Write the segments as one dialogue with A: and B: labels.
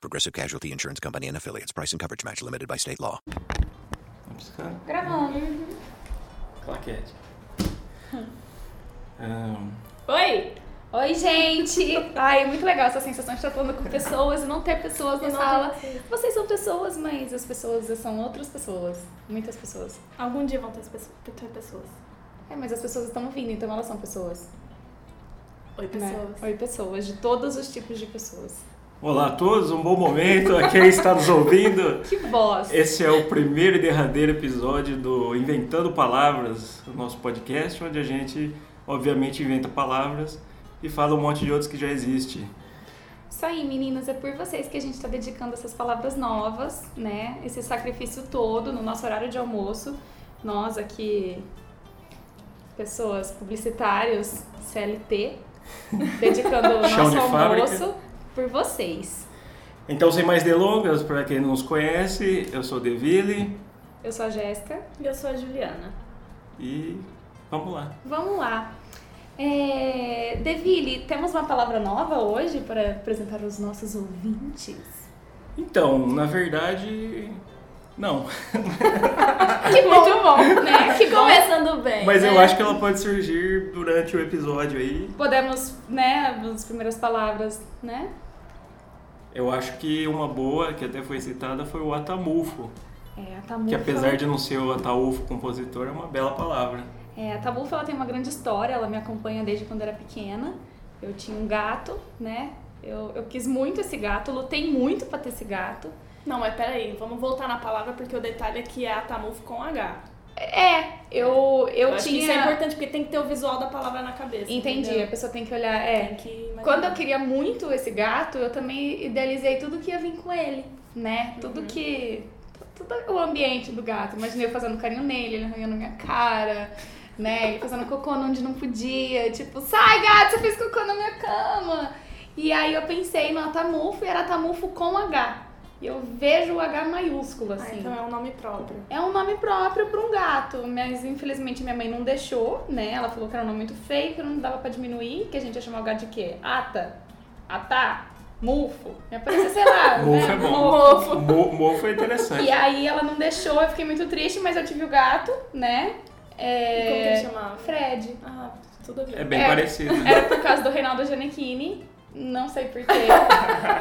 A: Progressive Casualty Insurance Company and Affiliates. Price and coverage match limited by state law.
B: Vamos ficar
C: Gravando.
B: claquete. É. Ahn,
C: Oi! Oi, gente! Ai, é muito legal essa sensação de estar falando com pessoas e não ter pessoas na
D: Eu não
C: sala.
D: tenho certeza.
C: Vocês são pessoas, mas as pessoas são outras pessoas. Muitas pessoas.
D: Algum dia vão ter, as pessoas- ter pessoas.
C: É, mas as pessoas estão ouvindo, então elas são pessoas.
D: Oi,
C: né?
D: pessoas.
C: Oi, pessoas. De todos os tipos de pessoas.
B: Olá a todos, um bom momento a quem está nos ouvindo.
C: Que voz!
B: Esse é o primeiro e derradeiro episódio do Inventando Palavras, o nosso podcast, onde a gente, obviamente, inventa palavras e fala um monte de outros que já existe.
C: Isso aí, meninas, é por vocês que a gente está dedicando essas palavras novas, né? Esse sacrifício todo no nosso horário de almoço. Nós aqui, pessoas publicitários, CLT, dedicando o
B: Chão de
C: nosso
B: fábrica.
C: almoço por vocês.
B: Então, sem mais delongas, para quem não nos conhece, eu sou o Deville
C: Eu sou a Jéssica.
D: E Eu sou a Juliana.
B: e vamos lá.
C: Vamos lá. É... Deville, temos uma palavra nova hoje para apresentar os nossos ouvintes?
B: Então, na verdade, não.
C: Que bom, Muito bom, né? Que bom essa
D: Começando bem.
B: Mas eu
D: né?
B: acho que ela pode surgir durante o episódio aí.
C: Podemos, né, as primeiras palavras, né?
B: Eu acho que uma boa, que até foi citada, foi o atamufo.
C: É, a Tamufa.
B: Que apesar de não ser o ataúfo compositor, é uma bela palavra.
C: É, a Tabufa ela tem uma grande história, ela me acompanha desde quando era pequena. Eu tinha um gato, né? Eu, eu quis muito esse gato, lutei muito pra ter esse gato.
D: Não, mas peraí, vamos voltar na palavra porque o detalhe é que é atamufo com H.
C: É, eu, eu,
D: Eu acho que
C: tinha.
D: isso é importante porque tem que ter o visual da palavra na cabeça.
C: Entendi, a
D: entendeu?
C: pessoa tem que olhar. É.
D: Tem que imaginar.
C: Quando eu queria muito esse gato, eu também idealizei tudo que ia vir com ele, né? Tudo que. Todo o ambiente do gato. Imaginei eu fazendo carinho nele, ele arranhando minha cara, né? Ele fazendo cocô onde não podia. Tipo, sai gato, você fez cocô na minha cama. E aí eu pensei no atamufo e era atamufo com H. E eu vejo o H maiúsculo,
D: Ah,
C: assim.
D: então é um nome próprio.
C: É um nome próprio para um gato, mas infelizmente minha mãe não deixou, né? Ela falou que era um nome muito feio, que não dava pra diminuir, que a gente ia chamar o gato de quê? Ata? Atá? Mufo? Ia parecer, sei lá,
B: Mofo
C: né?
B: é bom. Mo- Mofo é interessante.
C: E aí ela não deixou, eu fiquei muito triste, mas eu tive o gato, né?
D: E como que ele
C: É...
D: chamava?
C: Fred.
D: Ah, tudo bem.
B: É bem
C: É.
B: parecido. né?
C: Era por causa do Reinaldo Giannichini. Não sei porquê.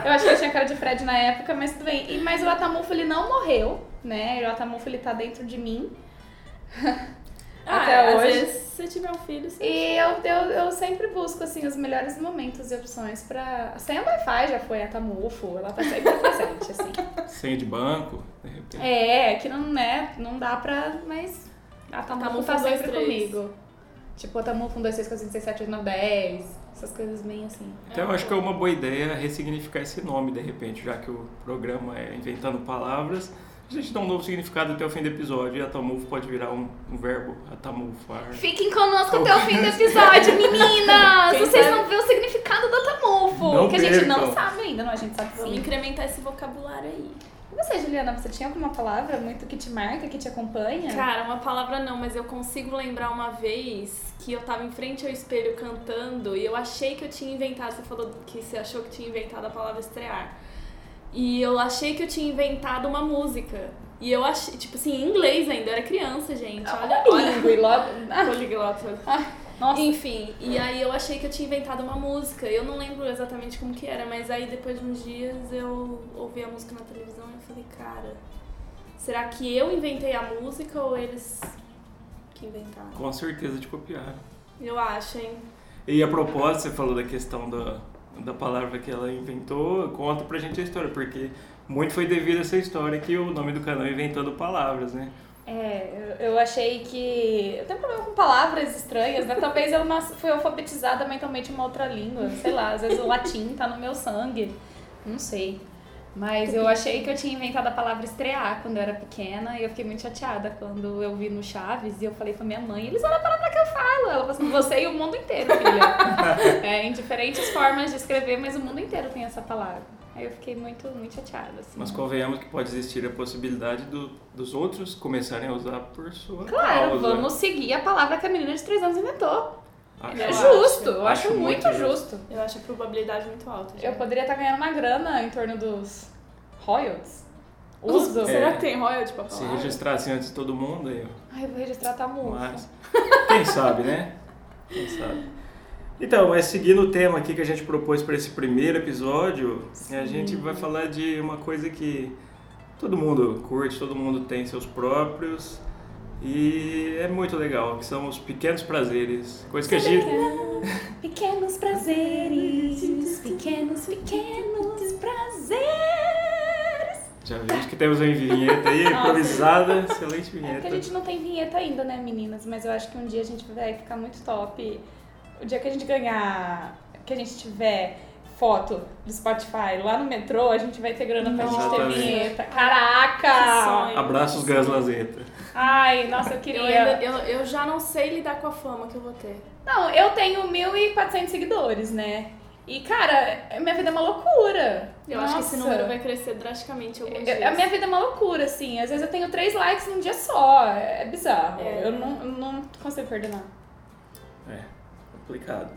C: Eu acho que ele tinha cara de Fred na época, mas tudo bem. E, mas o Atamufo, ele não morreu, né? O Atamufo, ele tá dentro de mim.
D: Ah,
C: Até
D: às
C: hoje.
D: vezes, se você tiver um filho, você...
C: E eu, eu, eu sempre busco, assim, os melhores momentos e opções pra... Sem a Wi-Fi já foi a Tamufo, ela tá sempre presente, assim.
B: Senha de banco, de repente.
C: É, que não, né, não dá pra... Mas a Tamufo
D: Tamufo
C: tá
D: um, dois,
C: sempre
D: três.
C: comigo. Tipo, a Tamufo 1, 2, 3, 4, 5, 6, 7, 8, 9, 10. Essas coisas bem assim.
B: Então eu acho que é uma boa ideia ressignificar esse nome, de repente, já que o programa é Inventando Palavras. A gente dá um novo significado até o fim do episódio e atamufo pode virar um, um verbo, atamufar.
C: Fiquem conosco
B: Oh.
C: até o fim do episódio, meninas!
D: Quem
C: Vocês
D: sabe-
C: vão ver o significado do Tamufo,
B: Não
C: que a gente não
B: percam.
C: sabe ainda, não, a gente sabe
D: Vamos
C: sim.
D: incrementar esse vocabulário aí.
C: E você, Juliana, você tinha alguma palavra muito que te marca, que te acompanha?
D: Cara, uma palavra não, mas eu consigo lembrar uma vez que eu tava em frente ao espelho cantando e eu achei que eu tinha inventado. Você falou que você achou que tinha inventado a palavra estrear. E eu achei que eu tinha inventado uma música. E eu achei, tipo assim, em inglês ainda, eu era criança, gente. Olha, olha.
C: Bingo, e logo... Ah,
D: Poliglota.
C: nossa,
D: Enfim, e aí eu achei que eu tinha inventado uma música. Eu não lembro exatamente como que era, mas aí depois de uns dias eu ouvi a música na televisão e eu falei, cara, será que eu inventei a música ou eles que inventaram?
B: Com certeza de copiar.
D: Eu acho, hein?
B: E a propósito, você falou da questão da, da palavra que ela inventou, conta pra gente a história, porque muito foi devido a essa história que o nome do canal é Inventando Palavras, né?
C: É, eu eu achei que. Eu tenho problema com palavras estranhas, né? Talvez eu nas- fui alfabetizada mentalmente em uma outra língua. Sei lá, às vezes o latim tá no meu sangue. Não sei. Mas eu achei que eu tinha inventado a palavra estrear quando eu era pequena e eu fiquei muito chateada quando eu vi no Chaves e eu falei pra minha mãe, eles olham a palavra que eu falo. Ela falou assim, você e o mundo inteiro, filha. é, em diferentes formas de escrever, mas o mundo inteiro tem essa palavra. Aí eu fiquei muito, muito chateada, assim.
B: Mas convenhamos que pode existir a possibilidade do- dos outros começarem a usar por sua
C: Claro,
B: causa.
C: vamos seguir a palavra que a menina de 3 anos inventou.
B: Acho-
C: É
D: Eu
C: justo,
D: acho-
C: eu acho,
B: acho
C: muito,
B: muito
C: justo.
D: Eu acho a probabilidade muito alta. gente.
C: Eu poderia estar ganhando uma grana em torno dos royalties.
D: Os-
C: Uso.
D: Será que tem royalty pra
B: Se
D: falar?
B: registrassem antes de todo mundo, aí, ó.
C: Ai, eu vou registrar tá mufa.
B: mas... Quem sabe, né? Quem sabe. Então, mas seguindo o tema aqui que a gente propôs para esse primeiro episódio, a gente vai falar de uma coisa que todo mundo curte, todo mundo tem seus próprios e é muito legal, que são os pequenos prazeres. Coisa que a gente...
C: Pequenos prazeres, pequenos, pequenos prazeres.
B: Já vimos que temos uma vinheta aí, improvisada, excelente
C: É porque
B: vinheta.
C: a gente não tem vinheta ainda, né, meninas? Mas eu acho que um dia a gente vai ficar muito top. O dia que a gente ganhar, que a gente tiver foto do Spotify lá no metrô, a gente vai ter grana pra gente ter
B: Exatamente.
C: vinheta.
D: Que
C: Caraca!
D: sonho.
B: Ah, Abraços Gas Lazeta.
C: Ai, nossa, eu
D: Eu,
C: queria...
D: ainda, eu, eu já não sei lidar com a fama que eu vou ter.
C: Não, eu tenho 1.400 seguidores, né? E, cara, minha vida é uma loucura.
D: Eu acho que esse
C: Nossa.
D: número vai crescer drasticamente alguns dias.
C: Eu- a minha vida é uma loucura, assim. Às vezes eu tenho três likes num dia só. É é bizarro.
D: É.
C: Eu não, eu não consigo coordenar.
B: É, complicado.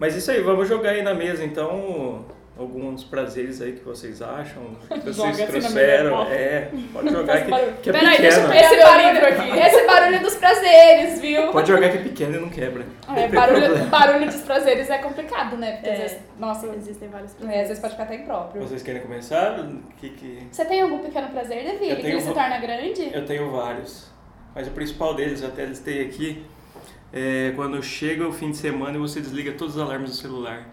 B: Mas isso aí, vamos jogar aí na mesa, então, alguns prazeres aí que vocês acham, que vocês
C: Joga assim na mesa,
B: trouxeram.
C: ó.
B: É, pode jogar
C: Faz barulho.
B: que, que é
C: Peraí, deixa eu
B: pequeno.
C: pegar esse
D: Meu
C: barulho
D: livro
C: aqui. Esse barulho é dos prazeres, viu?
B: Pode jogar que é pequeno e não quebra.
C: É, barulho, barulho dos prazeres é complicado, né? Porque às
D: É.
C: vezes, nossa,
D: Existem vários
C: é, às vezes pode ficar até impróprio.
B: Vocês querem começar? Que, que...
C: Você tem algum pequeno prazer, Davi?
B: Eu
C: Que
B: tenho
C: ele se
B: um-
C: torna grande?
B: Eu tenho vários. Mas o principal deles, eu até listei aqui, é quando chega o fim de semana e você desliga todos os alarmes do celular.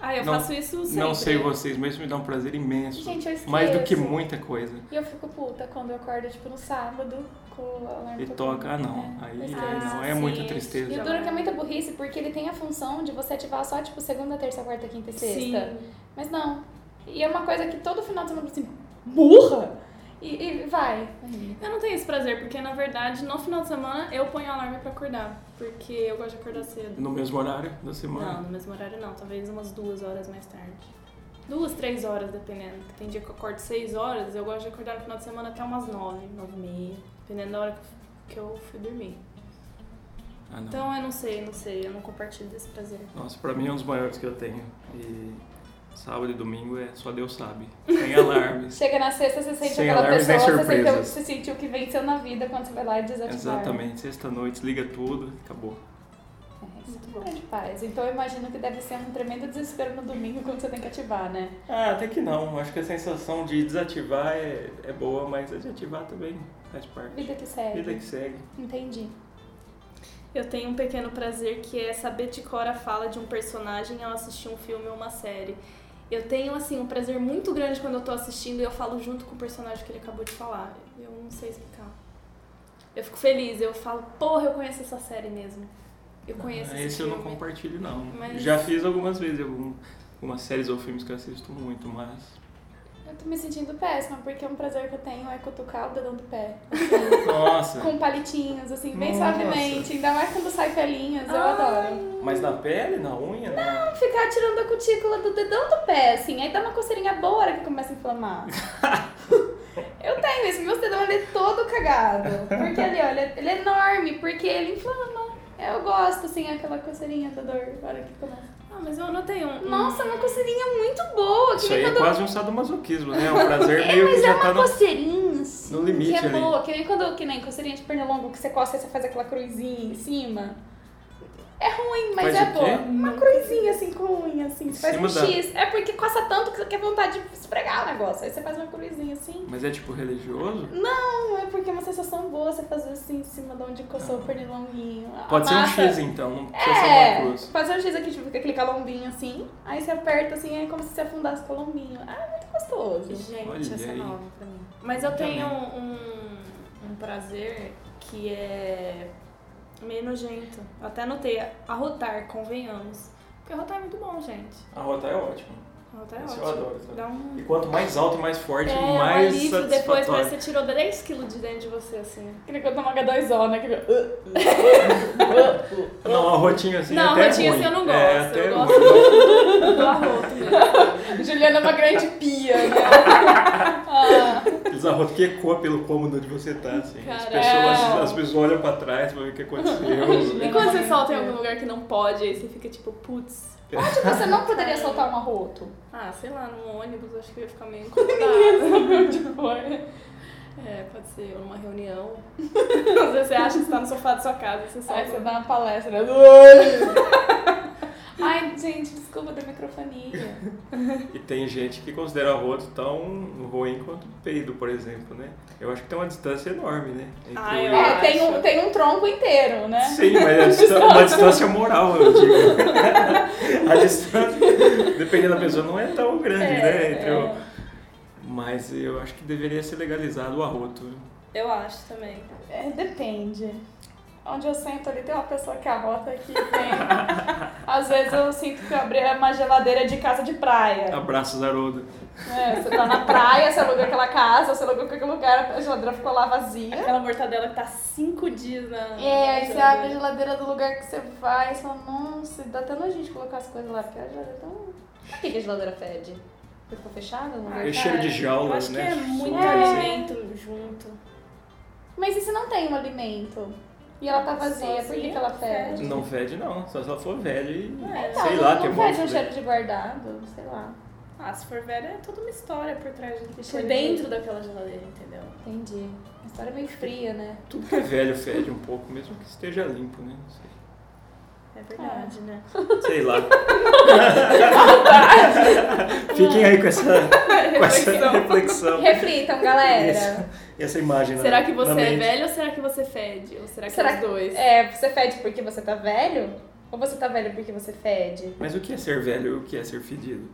D: Ah, eu
B: Não-
D: faço isso sempre.
B: Não sei vocês, mas isso me dá um prazer imenso.
C: Gente, eu esqueço.
B: Mais do que muita coisa.
C: E eu fico puta quando eu acordo, tipo, no sábado, com o alarme
B: E
C: tocando.
B: toca, ah não,
C: É,
B: aí,
C: eu
B: aí
C: esqueço.
B: não, é
D: sim,
B: muita
D: é
B: tristeza.
C: E o duro que é muita burrice, porque ele tem a função de você ativar só, tipo, segunda, terça, quarta, quinta e
D: Sim.
C: sexta. Mas não. E é uma coisa que todo final de semana, assim, burra! E, e vai.
D: Eu não tenho esse prazer, porque na verdade, no final de semana, eu ponho alarme pra acordar. Porque eu gosto de acordar cedo.
B: No mesmo horário da semana.
D: Não, no mesmo horário não. Talvez umas duas horas mais tarde. Duas, três horas, dependendo. Tem dia que eu acordo seis horas, eu gosto de acordar no final de semana até umas nove, nove e meia. Dependendo da hora que eu- que eu fui dormir.
B: Ah, não.
D: Então eu não sei, não sei. Eu não compartilho desse prazer.
B: Nossa, pra mim é um dos maiores que eu tenho. E sábado e domingo é só Deus sabe. Sem alarmes.
C: Chega na sexta, você sente
B: Sem
C: aquela
B: alarmes,
C: pessoa,
B: nem
C: você, sente,
B: surpresas.
C: você sentiu que venceu na vida quando você vai lá e desativar.
B: Exatamente. Sexta-noite, desliga tudo, acabou.
C: É, isso tudo é de paz. Então eu imagino que deve ser um tremendo desespero no domingo quando você tem que ativar, né?
B: Ah, até que não. Acho que a sensação de desativar é, é boa, mas a de ativar também faz parte.
C: Vida que segue.
B: Vida que segue.
C: Entendi.
D: Eu tenho um pequeno prazer que é saber de cor a fala de um personagem ao assistir um filme ou uma série. Eu tenho, assim, um prazer muito grande quando eu tô assistindo e eu falo junto com o personagem que ele acabou de falar. Eu não sei explicar. Eu fico feliz, eu falo, porra, eu conheço essa série mesmo. Eu conheço
B: Ah,
D: esse,
B: Esse eu não
D: filme."
B: compartilho, não.
D: Mas-
B: Já fiz algumas vezes, algum- algumas séries ou filmes que eu assisto muito, mas
C: Eu tô me sentindo péssima, porque um prazer que eu tenho é cutucar o dedão do pé.
B: Nossa,
C: Com palitinhos, assim, bem
B: Nossa.
C: suavemente. Ainda mais quando sai pelinhas, eu
D: Ai.
C: adoro.
B: mas na pele, na unha? né? Não.
C: Ficar tirando a cutícula do dedão do pé, assim, aí dá uma coceirinha boa a hora que começa a inflamar. eu tenho isso, meu dedão ele é todo cagado. Porque ali, olha, ele é enorme, porque ele inflama. Eu gosto, assim, aquela coceirinha da dor, a hora que começa.
D: Ah, mas eu anotei um. um-
C: Nossa, uma coceirinha muito boa. Que
B: Isso
C: nem
B: aí é
C: quando...
B: quase um sadomasoquismo, né? Um prazer
C: É,
B: meio que
C: mas é
B: já
C: uma
B: tá no...
C: coceirinha, assim,
B: no limite
C: que é
B: ali.
C: boa. Que nem quando, que nem coceirinha de pernilongo, que você coça e você faz aquela cruzinha em cima. É ruim,
B: Faz
C: mas é
B: o quê?
C: boa. Uma cruzinha, assim, com unha, assim. Você faz
B: cima
C: um
B: da-
C: X. É porque coça tanto que você quer vontade de esfregar o negócio. Aí você faz uma cruzinha, assim.
B: Mas é tipo religioso?
C: Não, é porque é uma sensação boa você fazer assim, em cima de onde coçou o pernilonguinho. A
B: Pode ser um
C: massa-
B: X então, não precisa ser
C: é,
B: uma cruz.
C: fazer um X aqui, tipo, fica aquele calombinho assim, aí você aperta assim, é como se você afundasse o calombinho. Ah, é muito gostoso.
D: Gente,
B: Olha
D: essa é
B: aí. Tá
D: nova pra mim. Mas eu tenho um, um prazer que é meio nojento. Eu até anotei, arrotar, convenhamos. Porque arrotar é muito bom, gente.
B: A rota é ótima.
D: Ah, Nossa, é
B: Esse eu
D: ótimo.
B: adoro também.
D: Dá um...
B: E quanto mais alto e mais forte,
D: É, um
B: mais
D: alívio depois, parece
B: satisfatório.
D: que você tirou 10 quilos de dentro de você, assim.
C: Queria que eu tomo H2O, né? Que...
B: Não, a rotinha assim
D: não,
B: é até
D: rotinha
B: ruim.
D: assim eu não gosto.
B: É, até
D: eu
B: ruim.
D: gosto do, do arroto mesmo.
C: Juliana é uma grande pia, né? Ah,
B: Aqueles arrotos que ecoa pelo cômodo onde você tá, assim. As
D: Caralho.
B: pessoas, as pessoas olham pra trás pra ver o que aconteceu.
D: E quando você solta em algum lugar que não pode, aí você fica tipo, putz.
C: onde Tipo, você não poderia soltar um arroto?
D: Ah, sei lá, num ônibus eu acho que eu ia ficar meio incomodada.
C: Onde foi?
D: É, pode ser, ou numa reunião. Às vezes você acha que você tá no sofá da sua casa, você
C: Aí você
D: solta.
C: dá uma palestra. Ai, gente, desculpa da microfonia.
B: e tem gente que considera arroto tão ruim quanto peido, por exemplo, né? Eu acho que tem uma distância enorme, né? Entre
D: Ah, eu
B: o-
C: É, tem um, tem um tronco inteiro, né?
B: Sim, mas é a distan- uma distância moral, eu digo. a distância, dependendo da pessoa, não é tão grande, né?
D: é.
B: Entre o- Mas eu acho que deveria ser legalizado o arroto.
D: Eu acho também.
C: É, depende. Onde eu sento ali tem uma pessoa que arrota que tem. Às vezes eu sinto que eu abri uma geladeira de casa de praia.
B: Abraços, Haroldo.
C: É, você tá na praia, você alugou aquela casa, você alugou aquele lugar, a geladeira ficou lá vazia.
D: Aquela mortadela que tá cinco dias na.
C: É, aí você
D: na
C: abre a geladeira do lugar que você vai e fala, nossa, dá até nojinha de colocar as coisas lá, porque a geladeira é tão... Por que que a geladeira fede? Porque Ficou fechada no lugar?
B: É cheiro de
D: Ah, Eu
B: jaula,
D: acho
B: né?
D: que é muito
B: Suor, assim.
D: alimento junto.
C: Mas e se não tem um alimento? E ela tá vazia, por que,
D: Sozinha,
C: que ela fede?
D: fede.
B: Não fede, não. Só se ela for velha e.
D: É,
C: Tá,
B: sei lá,
C: não
B: tem um
C: faz
B: monte
C: um
B: de-
C: cheiro de guardado, sei lá.
D: Ah, se for velha, é toda uma história por trás de... Por
C: Cheiro
D: dentro
C: de-
D: daquela geladeira, entendeu?
C: Entendi. A história é meio fria, né?
B: Tudo que é velho fede um pouco, mesmo que esteja limpo, né? Não sei.
D: É verdade, né?
B: Sei lá. Fiquem aí com essa, com essa reflexão.
C: Reflitam, galera.
B: Essa, essa imagem. na-
D: Será que
B: na
D: você é
B: mente.
D: velho ou será que você fede? Ou será que
C: Será
D: os
C: que-
D: dois?
C: É, você fede porque você tá velho? Ou você tá velho porque você fede?
B: Mas o que é ser velho e o que é ser fedido?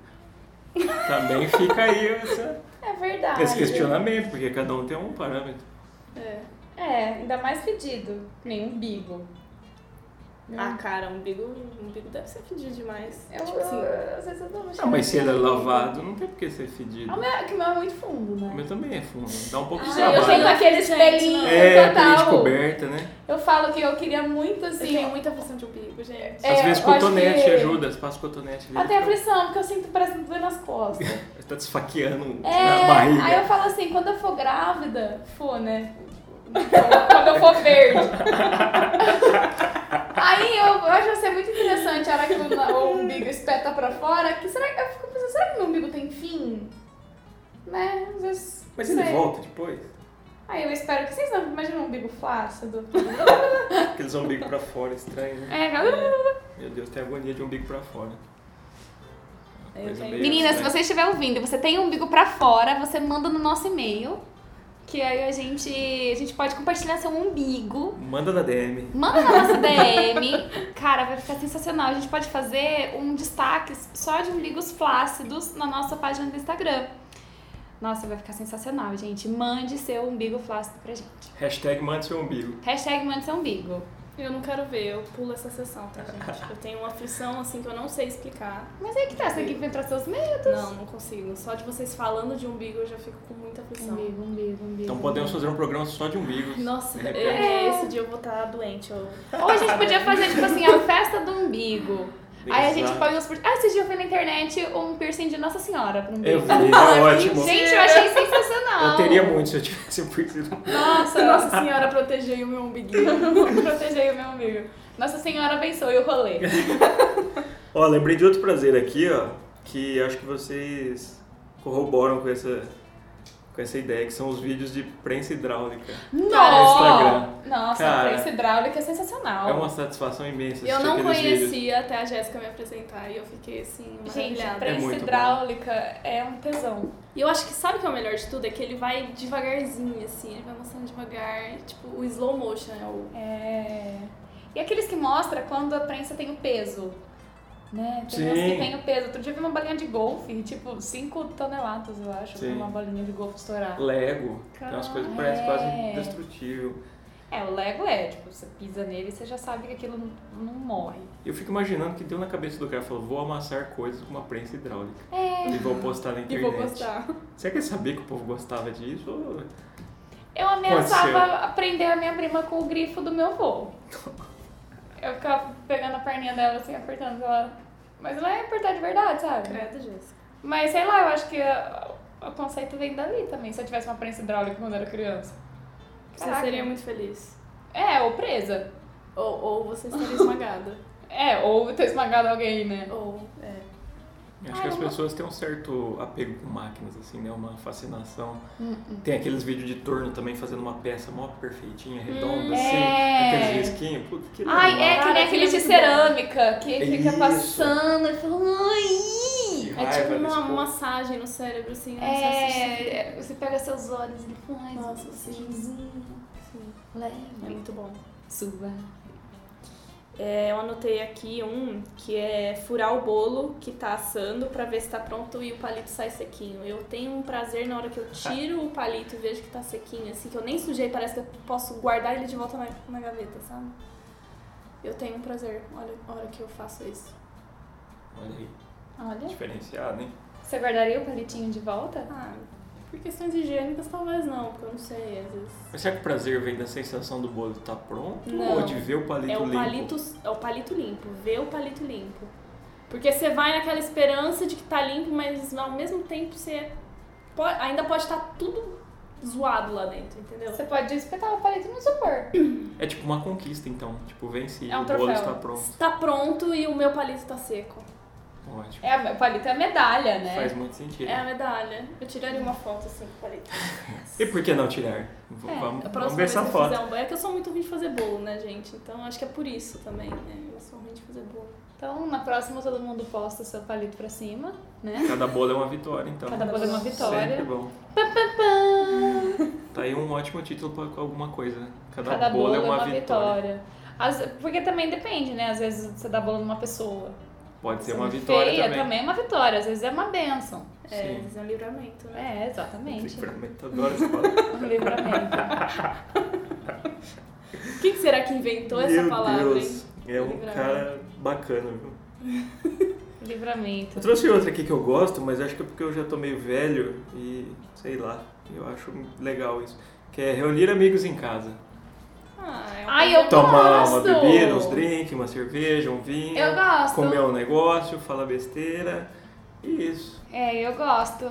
B: Também fica aí essa-
C: É verdade.
B: esse questionamento, porque cada um tem um parâmetro.
D: É.
C: É, ainda mais fedido. Nem um umbigo.
D: Ah, cara, umbigo, umbigo deve ser fedido demais.
C: É Eu,
D: tipo assim,
C: às vezes eu dou uma
B: Não, mas se ele é
C: cheiradinha.
B: lavado, não tem por que ser fedido.
C: Ah, o meu- é que o meu é muito fundo,
B: O
C: né?
B: meu também é fundo, dá um pouco de
D: Ah,
C: Gente, eu
D: lavado.
C: tenho
B: trabalho.
C: aquele
D: Gente, não.
C: espelhinho
B: É, tem de
C: total.
B: coberta, né?
C: Eu falo que eu queria muito
D: eu
C: assim.
D: tenho muita aflição de umbigo, gente.
C: É,
B: Às vezes
C: eu acho
B: cotonete
C: que-
B: ajuda, você passa cotonete ali.
C: Até a aflição, porque eu sinto que parece que tá doendo nas costas.
B: Você tá desfaqueando
C: É,
B: na barriga.
C: aí eu falo assim, quando eu for grávida, for, né? Quando eu for verde. aí eu, eu acho que vai ser muito interessante a hora que o, o umbigo espeta pra fora. Que será que eu fico pensando, será que meu umbigo tem fim? Né? Às vezes.
B: Mas
C: não
B: ele
C: sei.
B: volta depois?
C: Aí eu espero que vocês não imaginam um umbigo flácido.
B: Aqueles umbigos pra fora, estranho, né?
C: É,
B: Meu Deus, tem agonia de umbigo pra fora.
D: Eu
B: Coisa
D: tenho.
B: meio
C: Menina, se
B: estranha.
C: você estiver ouvindo, você tem um umbigo pra fora, você manda no nosso e-mail. Que aí a gente, a gente pode compartilhar seu umbigo.
B: Manda na DM.
C: Manda na nossa DM. Cara, vai ficar sensacional. A gente pode fazer um destaque só de umbigos flácidos na nossa página do Instagram. Nossa, vai ficar sensacional, gente. Mande seu umbigo flácido pra gente.
B: Hashtag mande seu umbigo.
C: Hashtag mande seu umbigo.
D: Eu não quero ver, eu pulo essa sessão, tá, gente? Eu tenho uma aflição, assim, que eu não sei explicar.
C: Mas aí que tá, você tem que enfrentar seus medos.
D: Não, não consigo. Só de vocês falando de umbigo, eu já fico com muita aflição.
C: Umbigo, umbigo, umbigo.
B: Então podemos fazer um programa só de umbigos.
D: Nossa,
B: De
D: eu-
B: repente.
D: esse dia eu vou estar doente. Eu...
C: Ou a gente podia fazer, tipo assim, a festa do umbigo. Aí a gente
B: Exato.
C: põe uns. Ah, esses dias eu vi na internet um piercing de Nossa Senhora pro umbigo.
B: Eu vi, é ótimo.
C: Gente, eu achei sensacional.
B: Eu teria muito se eu tivesse um piercing.
C: Nossa,
D: Nossa
C: nossa
D: senhora, protegei o meu umbiguinho.
C: senhora, protegei o meu umbigo. Nossa Senhora abençoe o rolê.
B: Ó, lembrei de outro prazer aqui, ó, que acho que vocês corroboram com essa, com essa ideia, que são os vídeos de prensa hidráulica.
C: Nossa, nossa,
B: Cara.
C: esse hidráulico é sensacional.
B: É uma satisfação imensa
D: Eu
B: assistir
D: não
B: aqueles
D: conhecia
B: vídeos.
D: até a Jéssica me apresentar e eu fiquei assim,
C: Gente, a
D: maravilhada.
B: É
C: prensa
B: muito bom.
C: hidráulica é um tesão.
D: E eu acho que sabe o que é o melhor de tudo? É que ele vai devagarzinho, assim, ele vai mostrando devagar, tipo, o slow motion é o.
C: É. E aqueles que mostra quando a prensa tem o peso. Né? Tem uns que
B: Sim.
C: tem o peso. Outro dia eu vi uma bolinha de golfe, tipo 5 toneladas, eu acho, pra
B: Sim.
C: uma bolinha de golfe estourar.
B: Lego, tem umas
C: Caralho.
B: coisas que parecem quase
C: É.
B: indestrutível.
C: É, o Lego é, tipo, você pisa nele e você já sabe que aquilo não, não morre.
B: Eu fico imaginando que deu na cabeça do cara, falou, vou amassar coisas com uma prensa hidráulica
C: É,
B: e vou postar na
D: E
B: internet.
D: vou postar.
B: Será que ele sabia que o povo gostava disso? Ou... Pode
C: eu ameaçava prender a minha prima com o grifo do meu voo. Eu ficava pegando a perninha dela assim, apertando ela. Mas não é apertar de verdade, sabe?
D: Credo, Jéssica.
C: Mas sei lá, eu acho que ah, o conceito vem dali também. Se eu tivesse uma prensa hidráulica quando eu era criança.
D: Você
C: Caraca.
D: seria muito feliz.
C: É, ou presa.
D: Ou, ou você seria esmagada.
C: É, ou ter esmagado alguém, né?
D: ou, é.
B: Acho que as pessoas têm um certo apego com máquinas, assim, né? Uma fascinação.
C: Hum,
B: Tem aqueles vídeos de torno também fazendo uma peça mó perfeitinha, redonda, assim.
C: é.
B: Aqueles risquinhos. Puta, que
C: Ai, é que
D: Cara,
C: nem aquele de
D: aquilo é
C: cerâmica que fica
B: Isso.
C: passando e fala, ai!
B: Que
D: É
B: raiva
D: tipo uma
B: desse povo.
D: massagem no cérebro, assim. né? Você assiste.
C: É, você pega seus olhos e fala, ai,
D: Nossa,
C: sim.
D: Sim, é
C: Leve.
D: muito bom.
C: Sua.
D: É, eu anotei aqui um que é furar o bolo que tá assando pra ver se tá pronto e o palito sai sequinho. Eu tenho um prazer na hora que eu tiro o palito e vejo que tá sequinho, assim, que eu nem sujei, parece que eu posso guardar ele de volta na, na gaveta, sabe? Eu tenho um prazer, olha a hora que eu faço isso.
B: Olha aí,
C: Olha.
B: diferenciado, hein?
C: Você guardaria o palitinho de volta?
D: Ah, por questões higiênicas talvez não, porque eu não sei, às vezes.
B: Mas será que o prazer vem da sensação do bolo estar pronto?
D: Não.
B: Ou de ver o palito
D: É o
B: limpo?
D: palito, é o palito limpo, ver o palito limpo. Porque você vai naquela esperança de que tá limpo, mas ao mesmo tempo você po- ainda pode estar tudo zoado lá dentro, entendeu?
C: Você pode espetar o palito no isopor.
B: É tipo uma conquista, então. Tipo, venci,
C: É um
B: o bolo
C: troféu.
B: está pronto.
D: Tá pronto e o meu palito tá seco.
B: Ótimo.
C: É, a- o palito é a medalha, né?
B: Faz muito sentido.
D: É a medalha. Eu tiraria uma foto assim com o palito.
B: E por que não tirar? V-
C: É,
D: A
B: vamos, vamos
D: próxima
B: ver
D: vez que
B: essa
D: eu
B: foto.
D: fizer um bolo. É que eu sou muito ruim de fazer bolo, né, gente? Então acho que é por isso também, né? Eu sou ruim de fazer bolo.
C: Então, na próxima, todo mundo posta o seu palito pra cima, né?
B: Cada bolo é uma vitória, então.
C: Cada bolo é uma vitória.
B: Sempre bom.
C: Pá, pá, pá.
B: Tá aí um ótimo título pra alguma coisa. né? Cada,
C: Cada
B: bolo,
C: bolo é uma vitória. Às- porque também depende, né? Às vezes você dá bolo numa pessoa.
B: Pode ser uma
C: Sendo
B: vitória
C: feia
B: também.
C: é uma vitória. Às vezes é uma benção.
D: É,
B: Sim.
D: mas é um livramento, né?
C: É, exatamente.
B: Livramento, adoro essa palavra.
C: Um livramento.
D: Quem será que inventou essa
B: Meu
D: palavra, hein?
B: Deus, é um
D: Livramento.
B: cara bacana, viu?
C: Um livramento.
B: Eu trouxe outra aqui que eu gosto, mas acho que é porque eu já tô meio velho e sei lá, eu acho legal isso. Que é reunir amigos em casa.
D: Ah, é um
C: Ai, eu
B: Tomar
C: gosto!
B: uma bebida, uns drinks, uma cerveja, um vinho.
C: Eu gosto.
B: Comer um negócio, falar besteira. E isso.
C: É, eu gosto.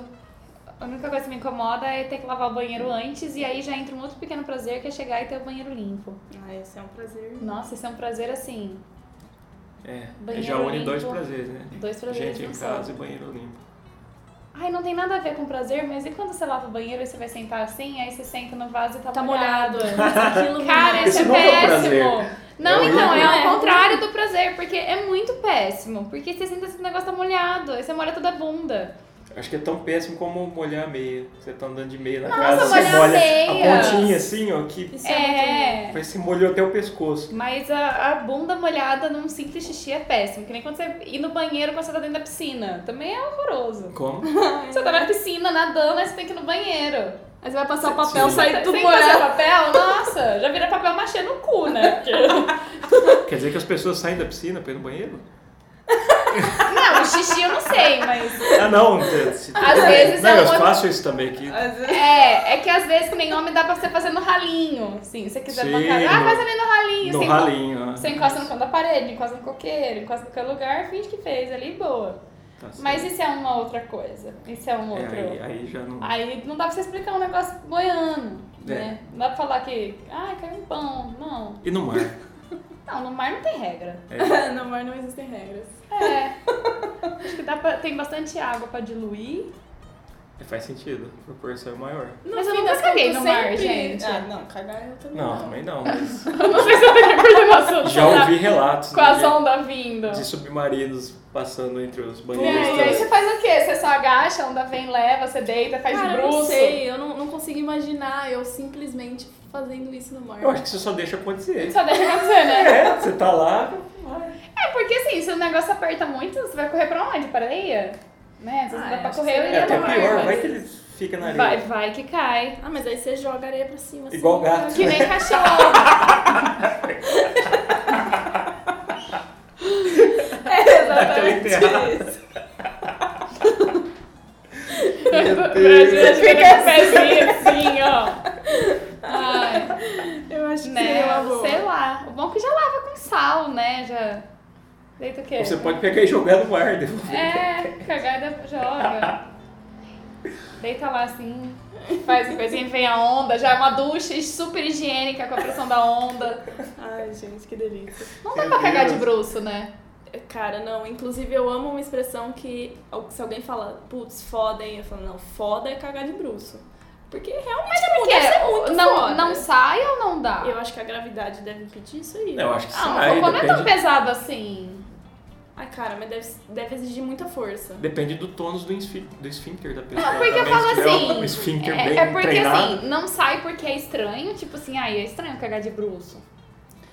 C: A única coisa que me incomoda é ter que lavar o banheiro antes e aí já entra um outro pequeno prazer que é chegar e ter o banheiro limpo.
D: Ah, esse é um prazer.
C: Nossa, isso é um prazer assim.
B: É,
C: Banheiro
B: já une dois
C: limpo.
B: prazeres, né?
C: Dois prazeres
B: Gente
C: não
B: em
C: são.
B: casa e banheiro limpo.
C: Ai, não tem nada a ver com prazer, mas e quando você lava o banheiro e você vai sentar assim, aí você senta no vaso e tá,
D: Tá molhado. Aquilo
C: Cara,
D: me-
C: isso
B: Esse
C: é
B: não é um
C: péssimo.
B: prazer.
C: Não,
B: É
C: então,
D: horrível.
C: é o contrário do prazer, porque é muito péssimo. Porque você sente esse negócio tá molhado, aí você molha toda a bunda.
B: Acho que é tão péssimo como molhar a meia. Você tá andando de meia na
C: Nossa,
B: casa, você
C: molhar a
B: molha
C: meia.
B: a pontinha assim, ó, que
D: Isso é,
C: É.
B: parece que molhou até o pescoço.
C: Mas a, a bunda molhada num simples xixi é péssimo. Que nem quando você ir no banheiro quando você tá dentro da piscina. Também é horroroso.
B: Como?
C: Você tá na piscina nadando, aí você tem que ir no banheiro. tá,
D: Aí você vai passar o papel,
B: Sim.
D: sai do
C: Sem fazer
D: buraco.
C: papel, nossa, já vira papel machê no cu, né?
B: Quer dizer que as pessoas saem da piscina pra ir no banheiro?
C: Não, o xixi eu não sei, mas.
B: Ah, não. se-
C: Às vezes
B: não,
C: é
B: eu
C: uma-
B: faço isso também aqui.
C: É, é que às vezes que nem homem dá pra você fazer no ralinho. Sim, se você quiser
B: Sim,
C: bancar. Ah,
B: no-
C: faz ali no ralinho.
B: No
C: sem-
B: ralinho, ó.
C: Você encosta no canto da parede, encosta no coqueiro, encosta em qualquer lugar, finge que fez ali, boa.
B: Tá certo.
C: Mas isso é uma outra coisa. Isso é um
B: É,
C: outro.
B: aí, aí já não.
C: Aí não dá pra você explicar um negócio goiano,
B: É.
C: né? Não dá pra falar que, ah, caiu um pão. Não.
B: E no mar? é,
C: Não, no mar não tem regra.
D: No mar não existem regras.
C: É. Acho que dá pra, tem bastante água pra diluir.
B: é, Faz sentido. A proporção é maior.
D: No
C: Mas eu
D: fim
C: nunca
D: das
C: caguei
D: contas,
C: no mar,
D: sempre-
C: gente.
D: Ah, não, cagar eu também
B: Não, também não. mas
C: Eu não sei se eu tenho coisa no assunto.
B: já ouvi relatos
C: Com a
B: de-
C: sonda vindo.
B: de submarinos passando entre os
C: É,
B: banheiros.
C: e aí você
B: também.
C: faz o quê? Você só agacha, a onda vem, leva, você deita, faz
D: Cara, eu
C: bruxo.
D: não sei, eu não, não consigo imaginar eu simplesmente fazendo isso no mar.
B: Eu acho que você só deixa acontecer.
C: Só deixa acontecer, né?
B: É, você tá lá.
C: É, porque assim, se o negócio aperta muito, você vai correr pra onde? Pra areia? Né? Se
D: Ah,
C: não dá
D: eu
C: pra
D: acho
C: correr,
D: que
C: eu
D: seria
B: É
C: iria
B: até
C: pra
D: normal,
B: pior,
D: mas-
B: vai que ele fica na
C: Vai,
B: areia.
C: vai que cai.
D: Ah, mas aí você joga areia pra cima. assim.
B: Igual gato.
C: Que nem cachorro.
D: É,
B: Aquela
D: exatamente
B: enterrada.
D: isso.
C: Você fica com o pezinho assim, ó. Ai,
D: Eu acho que seria uma
C: né?
D: boa.
C: Sei lá. O bom é que já lava com sal, né? Já. Deita o quê?
B: Você pode pegar e jogar no ar. né? devolver.
C: É, cagada joga. Deita lá assim, faz uma coisinha, vem a onda, já é uma ducha super higiênica com a pressão da onda.
D: Ai, gente, que delícia.
C: Não dá
B: Meu
C: pra cagar de
B: Deus.
C: bruxo, né?
D: Cara, não, inclusive eu amo uma expressão que se alguém fala, putz, foda, hein? Eu falo, não, foda é cagar de bruxo. Porque realmente é muito, deve ser muito
C: não,
D: foda.
C: não sai ou não dá?
D: Eu acho que a gravidade deve impedir isso aí.
B: Não, eu acho que
C: Ah,
B: sai.
C: o cocô não é
B: depende,
C: tão pesado assim.
D: Ai, cara, mas deve, deve exigir muita força.
B: depende do tônus do, esfí- do esfíncter da pessoa.
C: Não, Ah, porque eu
B: também,
C: falo
B: se tiver
C: assim,
B: Um esfíncter
C: É,
B: bem
C: é porque
B: treinado,
C: assim, não sai porque é estranho, tipo assim, ai, é estranho cagar de bruxo.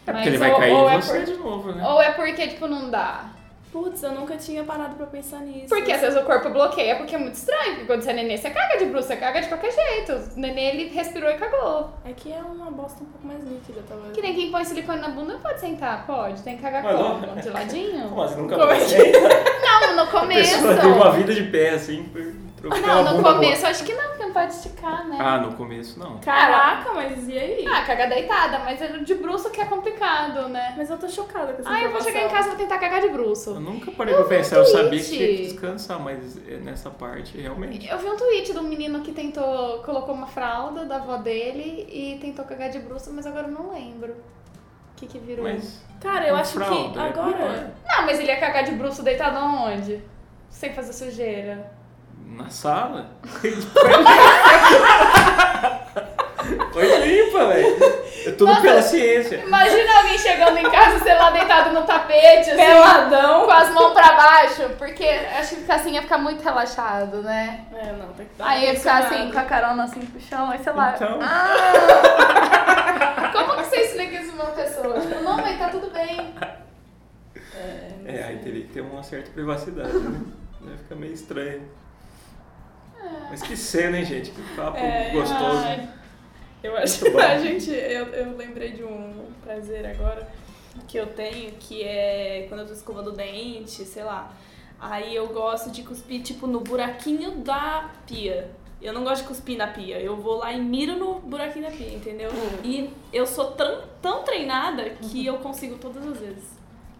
B: é
C: mas
B: porque ele vai
C: ou-
B: cair
C: ou é
B: em você
C: por-
B: de novo, né?
C: Ou é porque, tipo, não dá.
D: Putz, eu nunca tinha parado pra pensar nisso.
C: Porque às vezes o corpo bloqueia, porque é muito estranho, porque quando você é nenê, você caga de bruxa, você caga de qualquer jeito. O nenê, ele respirou e cagou.
D: É que é uma bosta um pouco mais líquida, talvez.
C: Que nem quem põe silicone na bunda não pode sentar, pode, tem que cagar
B: Mas não-
C: como? De ladinho?
B: Como assim, nunca
D: Como é
B: pensei?
C: Não, no
B: A
C: começo.
B: pessoa tem uma vida de pé, assim, por trocar uma
C: Não, no
B: bunda boa.
C: começo, acho que não, porque não pode esticar, né?
B: Ah, no começo não.
D: Caraca, mas e aí?
C: Ah, caga deitada, mas é de bruxo que é complicado, né?
D: Mas eu tô chocada com essa
C: Ah, eu vou
D: informação.
C: chegar em casa e vou tentar cagar de bruxo.
B: Eu nunca parei
C: Eu
B: pra pensar,
C: vi um
B: eu sabia que
C: tweet.
B: tinha que descansar, mas é, nessa parte, realmente.
C: Eu vi um tweet de um menino que tentou, colocou uma fralda da avó dele e tentou cagar de bruxo, mas agora eu não lembro. O que que virou?
B: Mas
D: Cara, eu
B: com
D: acho que
B: fralda, é
D: agora.
B: pior.
C: Não, mas ele ia cagar de bruxo deitado aonde? Sem fazer sujeira.
B: Na sala? Foi limpa, velho. É tudo
C: Nossa.
B: pela ciência.
C: Imagina alguém chegando em casa, sei lá, deitado no tapete, assim,
D: Peladão.
C: com as mãos pra baixo, porque acho que ficar assim ia ficar muito relaxado, né?
D: É, não, tem que dar.
C: Aí ia ficar assim,
D: condicionado.
C: com a carona assim pro chão, aí sei lá.
B: Então.
C: Ah! Como que você explica isso pra uma pessoa? Tipo, não, mãe, tá tudo bem.
B: É, aí teria que ter uma certa privacidade, né? Vai ficar meio estranho. Mas que cena, hein, gente? Que papo
D: É,
B: gostoso.
D: ai. Eu acho
B: Muito bom.
D: a gente. Eu, eu lembrei de um prazer agora que eu tenho, que é quando eu tô escovando o dente, sei lá. Aí eu gosto de cuspir, tipo, no buraquinho da pia. Eu não gosto de cuspir na pia. Eu vou lá e miro no buraquinho da pia, entendeu?
B: Uhum.
D: E eu sou tão, tão treinada que eu consigo todas as vezes.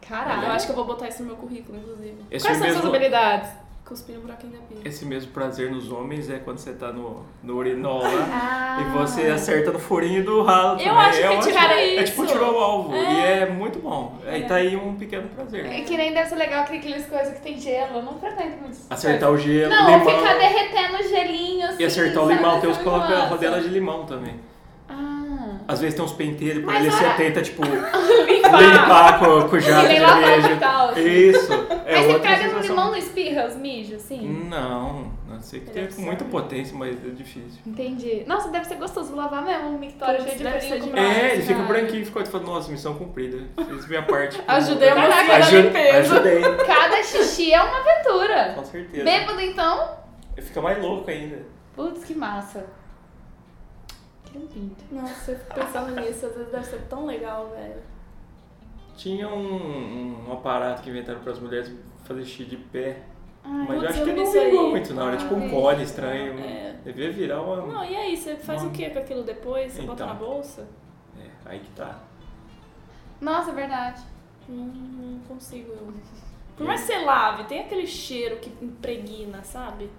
C: Caralho.
D: Eu acho que eu vou botar isso no meu currículo, inclusive.
B: Esse
C: Quais são
B: mesmo,
C: suas habilidades?
D: Cuspir no buraquinho da pia.
B: esse mesmo prazer nos homens é quando você tá no, no urinol lá
C: Ah.
B: e você acerta no furinho do ralo.
D: Eu
B: também.
D: acho que
B: é
D: é
B: ótimo.
D: tirar
B: É
D: isso.
B: tipo tirar o alvo.
D: É.
B: E é muito bom. Aí tá aí um pequeno prazer.
C: É que nem deve ser legal que aquelas coisas que tem gelo. Eu não pretendo muito. essas
B: Acertar o gelo,
C: Não,
B: limão.
C: ficar derretendo gelinho, assim.
B: E acertar o
C: sabe?
B: limão, tem uns
C: Essa
B: que colocam a
C: coisa.
B: rodela de limão também.
C: Ah.
B: Às vezes tem uns penteiros, por
C: Mas
B: ele
C: olha-
B: você tenta, tipo,
C: Limpar.
B: limpar com, com jato
C: nem
B: de
C: lavar
B: cerveja.
C: com calça.
B: Isso. É
C: Mas você
B: outra
C: pega no
B: sensação. Hum.
C: limão, não espirra os mijos, assim?
B: Não, não sei que
D: Ele
B: tem com
D: absorve.
B: muita potência, mas é difícil.
C: Entendi. Nossa, deve ser gostoso lavar mesmo um mictório
D: Putz,
C: cheio de
D: deve
C: brilho.
D: ser
C: com Ah.
D: demais.
C: barro.
B: É, ele fica
D: cara.
B: branquinho e ficou tipo, nossa, missão cumprida. Fiz minha parte. tipo,
D: Ajudei a
C: Caraca,
D: mocinha na
C: aju-
D: limpeza.
B: Ajudei,
C: Cada xixi é uma aventura.
B: com certeza.
C: Bêbado, então?
B: Fica mais louco ainda.
C: Putz, que massa. Que um pinto.
D: Nossa, eu fico pensando nisso, às vezes deve ser tão legal, velho.
B: Tinha um, um aparato que inventaram para as mulheres fazer xixi de pé.
C: Ai,
B: mas
D: putz,
B: eu acho
D: eu
B: que
D: vi
B: não
D: isso aí.
B: vingou muito, não. Era tipo um
C: Ah,
B: cone estranho.
D: É.
B: Devia virar uma.
D: Não, e aí, você faz o que com aquilo depois? Você bota
B: Então.
D: na bolsa?
B: É, aí que tá.
C: Nossa, é verdade.
D: Não, não consigo eu. Por mais que você lave, tem aquele cheiro que impregna, sabe?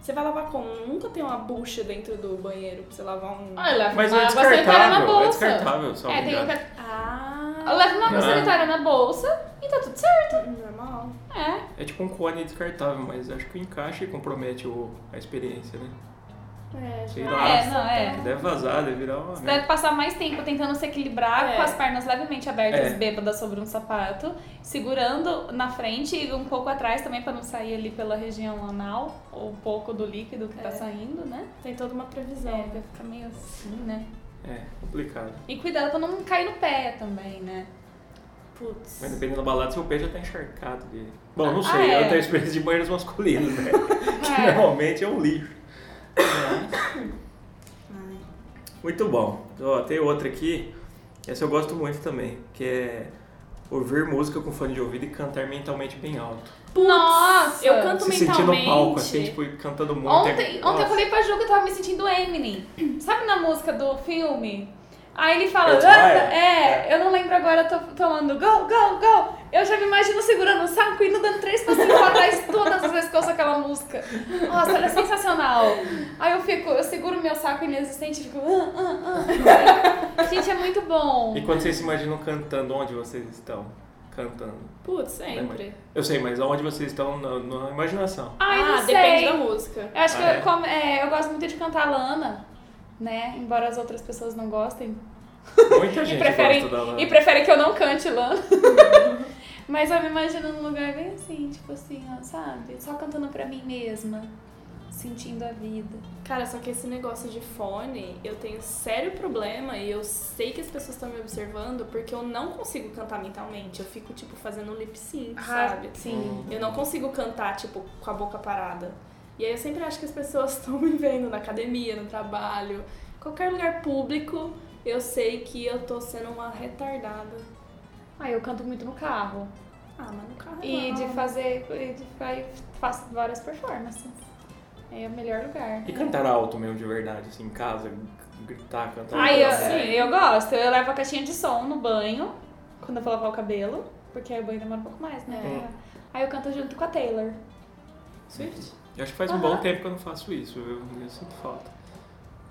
D: Você vai lavar como? Nunca tem uma bucha dentro do banheiro pra você lavar um.
C: Ah, leva
B: Mas
C: uma
B: é
C: água sanitária na
B: descartável. É
C: bolsa.
B: descartável, só
C: É, tem um... ca-
D: Ah,
C: Leva uma água
B: Ah.
C: sanitária na bolsa e tá tudo certo.
D: normal.
C: É.
B: É tipo um cone descartável, mas acho que encaixa e compromete o, a experiência, né?
D: É,
B: Sei
D: já-
B: lá.
C: É, não, é.
B: Que deve vazar, deve virar uma.
C: Você tá- deve passar mais tempo tentando se equilibrar
D: É.
C: com as pernas levemente abertas,
B: É.
C: bêbadas sobre um sapato, segurando na frente e um pouco atrás também pra não sair ali pela região anal, ou um pouco do líquido que tá
D: É.
C: saindo, né?
D: Tem toda uma previsão.
C: É, vai ficar meio assim, né?
B: É, complicado.
C: E cuidado pra não cair no pé também, né?
D: Putz.
B: Mas dependendo da balada, seu pé já tá encharcado de. Bom, não
C: Ah,
B: sei,
C: é.
B: eu tenho experiência de banheiros masculinos, né? Que
C: É.
B: normalmente é um lixo. Muito bom. Ó, tem outra aqui, essa eu gosto muito também, que é ouvir música com fone de ouvido e cantar mentalmente bem alto.
D: Nossa! Eu canto
B: Se sentir no
D: mentalmente.
B: palco, assim, tipo, e cantando muito.
C: Ontem,
B: é-
C: ontem eu
B: Nossa.
C: falei pra Ju que eu tava me sentindo Eminem. Sabe na música do filme? Aí ele fala,
B: Ed
C: "Ah,
B: Maier?"
C: é, eu não lembro agora, tô tomando go, go, go. Eu já me imagino segurando o saco e indo dando três passinhos pra trás todas as vezes que eu ouço aquela música. Nossa, ela é sensacional. Aí eu fico, eu seguro meu saco inexistente e fico, ah, ah, ah. Gente, é muito bom.
B: E quando vocês se imaginam cantando, onde vocês estão cantando?
D: Putz,
B: Né,
D: sempre.
B: mãe? Eu sei, mas onde vocês estão na, na imaginação?
C: Ai,
D: ah,
C: não
D: depende
C: sei.
D: da música.
C: Eu acho que
B: Ah,
C: eu,
B: é?
C: como- é, eu gosto muito de cantar Lana, né? Embora as outras pessoas não gostem.
B: Muita
C: E
B: gente
C: preferem,
B: gosta da Lana.
C: e preferem que eu não cante Lana. Mas eu me imagino num lugar bem assim, tipo assim, ó, sabe? Só cantando pra mim mesma, sentindo a vida.
D: Cara, só que esse negócio de fone, eu tenho sério problema e eu sei que as pessoas estão me observando porque eu não consigo cantar mentalmente. Eu fico, tipo, fazendo lip sync, sabe?
C: Ah, Sim.
D: Eu não consigo cantar, tipo, com a boca parada. E aí eu sempre acho que as pessoas estão me vendo na academia, no trabalho, qualquer lugar público. Eu sei que eu tô sendo uma retardada.
C: Ah, eu canto muito no carro.
D: Ah, mas no carro
C: E
D: não.
C: de fazer. E de, fa- faço várias performances. É o melhor lugar.
B: E cantar alto mesmo, de verdade, assim, em casa, gritar, cantar.
C: Ai, é. eu,
D: Sim.
C: eu gosto. Eu levo a caixinha de som no banho, quando eu vou lavar o cabelo, porque aí o banho demora um pouco mais, né? Aí eu canto junto com a Taylor.
D: Swift?
B: Eu acho que faz um bom tempo que eu não faço isso, viu? Eu sinto falta.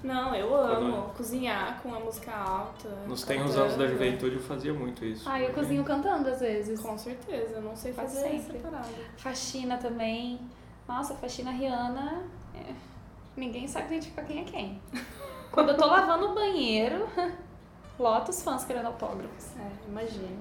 D: Não, eu amo cozinhar com a música alta.
B: Nos tenros anos da
D: cantando.
B: juventude eu fazia muito isso.
C: Ah, eu cozinho cantando às vezes.
D: Com certeza, eu não sei
C: Faz
D: fazer
C: sempre.
D: essa parada.
C: Faxina também. Nossa, faxina Rihanna. é, Ninguém sabe identificar quem é quem. Quando eu tô lavando o banheiro, lota os fãs querendo autógrafos.
D: É, imagino.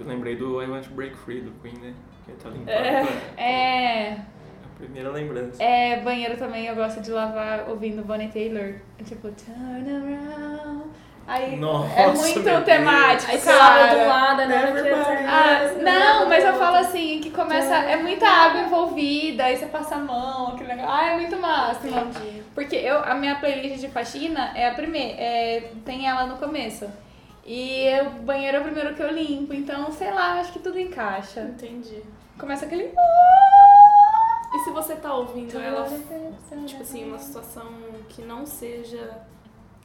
B: Eu lembrei do I Want to Break Free do Queen, né? Que tá limpando.
D: É.
B: pra-
C: É,
B: A primeira lembrança.
C: é, banheiro também eu gosto de lavar ouvindo Bonnie Taylor. É Tipo, turn around. Aí
B: Nossa,
C: é muito
B: meu
C: temático,
D: Aí você lava de um
C: cara.
D: lado, né?
B: Everybody.
C: Ah, não, mas eu falo assim, que começa. É muita água envolvida, aí você passa a mão, aquele negócio. Ah, é muito massa.
D: Entendi.
C: Porque eu, a minha playlist de faxina é a primeira, é, tem ela no começo. E o banheiro é o primeiro que eu limpo, então sei lá, acho que tudo encaixa.
D: Entendi.
C: Começa aquele.
D: E se você tá
C: Então
D: ouvindo ela, tipo assim, uma situação que não seja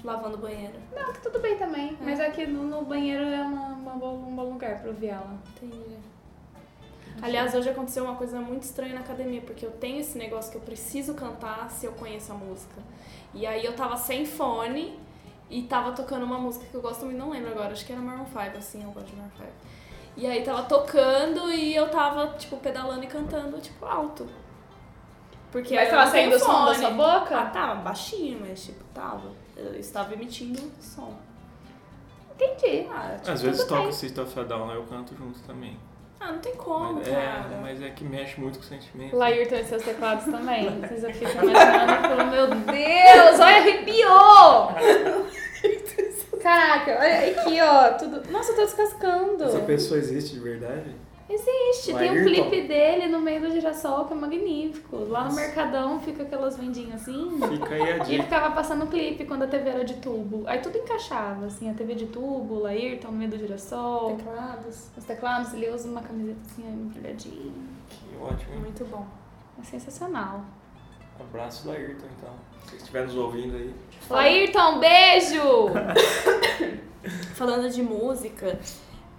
D: lavando banheiro?
C: Não, que tudo bem também,
D: É.
C: mas aqui no, no banheiro é uma, uma bo- um bom lugar pra ouvir ela.
D: Entendi. Aliás, hoje aconteceu uma coisa muito estranha na academia, porque eu tenho esse negócio que eu preciso cantar se eu conheço a música. E aí eu tava sem fone e tava tocando uma música que eu gosto muito, não lembro agora, acho que era Maroon 5, assim, eu gosto de Maroon 5. E aí tava tocando e eu tava, tipo, pedalando e cantando, tipo, alto. Porque
C: Mas
D: eu
C: tava
D: não tenho
C: saindo o som da
D: fone.
C: sua boca?
D: Ah, tava baixinho, mas tipo, tava. Eu estava emitindo som.
C: Entendi.
D: Ah, tipo,
B: Às vezes
D: tudo
B: toca
D: bem.
B: o System of a Down, aí eu canto junto também.
D: Ah, não tem como,
B: mas,
D: cara.
B: é, mas é que mexe muito com né? o sentimento.
C: Laírton e seus teclados também. Vocês eu fico imaginando e falo, meu Deus, olha, arrepiou! Caraca, olha aqui, ó, tudo. Nossa, eu tô descascando.
B: Essa pessoa existe de verdade?
C: Existe, tem um
B: Laírton.
C: clipe dele no meio do girassol que é magnífico. Lá no Mercadão fica aquelas vendinhas assim.
B: Fica aí a
C: E ele
B: dica.
C: ficava passando o clipe quando a TV era de tubo. Aí tudo encaixava, assim, a TV de tubo, o Laírton no meio do girassol,
D: Teclados.
C: os teclados, ele usa uma camiseta assim, embrulhadinha.
B: Que ótimo. hein?
D: Muito bom.
C: É sensacional.
B: Abraço do Ayrton, então. Se vocês estiver nos ouvindo aí.
C: Laírton, beijo!
D: Falando de música,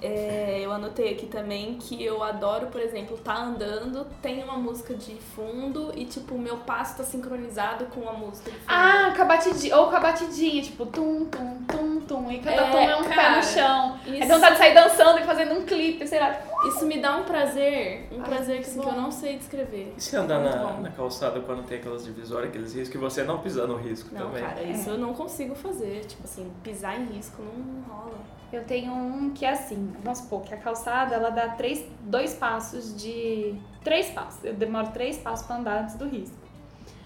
D: é, eu anotei aqui também que eu adoro, por exemplo, tá andando, tem uma música de fundo e, tipo, o meu passo tá sincronizado com a música de fundo.
C: Ah, com a batidinha, ou com a batidinha, tipo, tum, tum, tum, tum, e cada
D: É,
C: tom é um pé
D: cara,
C: no chão.
D: isso,
C: É vontade de sair dançando e fazendo um clipe, sei lá.
D: isso me dá um prazer, um
C: Ai,
D: prazer que, assim, que eu
C: Ah, bom.
D: não sei descrever.
B: E se andar
D: Muito
B: na,
D: bom.
B: na calçada quando tem aquelas divisórias, aqueles riscos, e você não pisar no risco
D: Não,
B: também?
D: cara, isso eu não consigo fazer. Tipo assim, pisar em risco não rola.
C: Eu tenho um que é assim, vamos supor que a calçada, ela dá três, dois passos de... Três passos, eu demoro três passos pra andar antes do risco.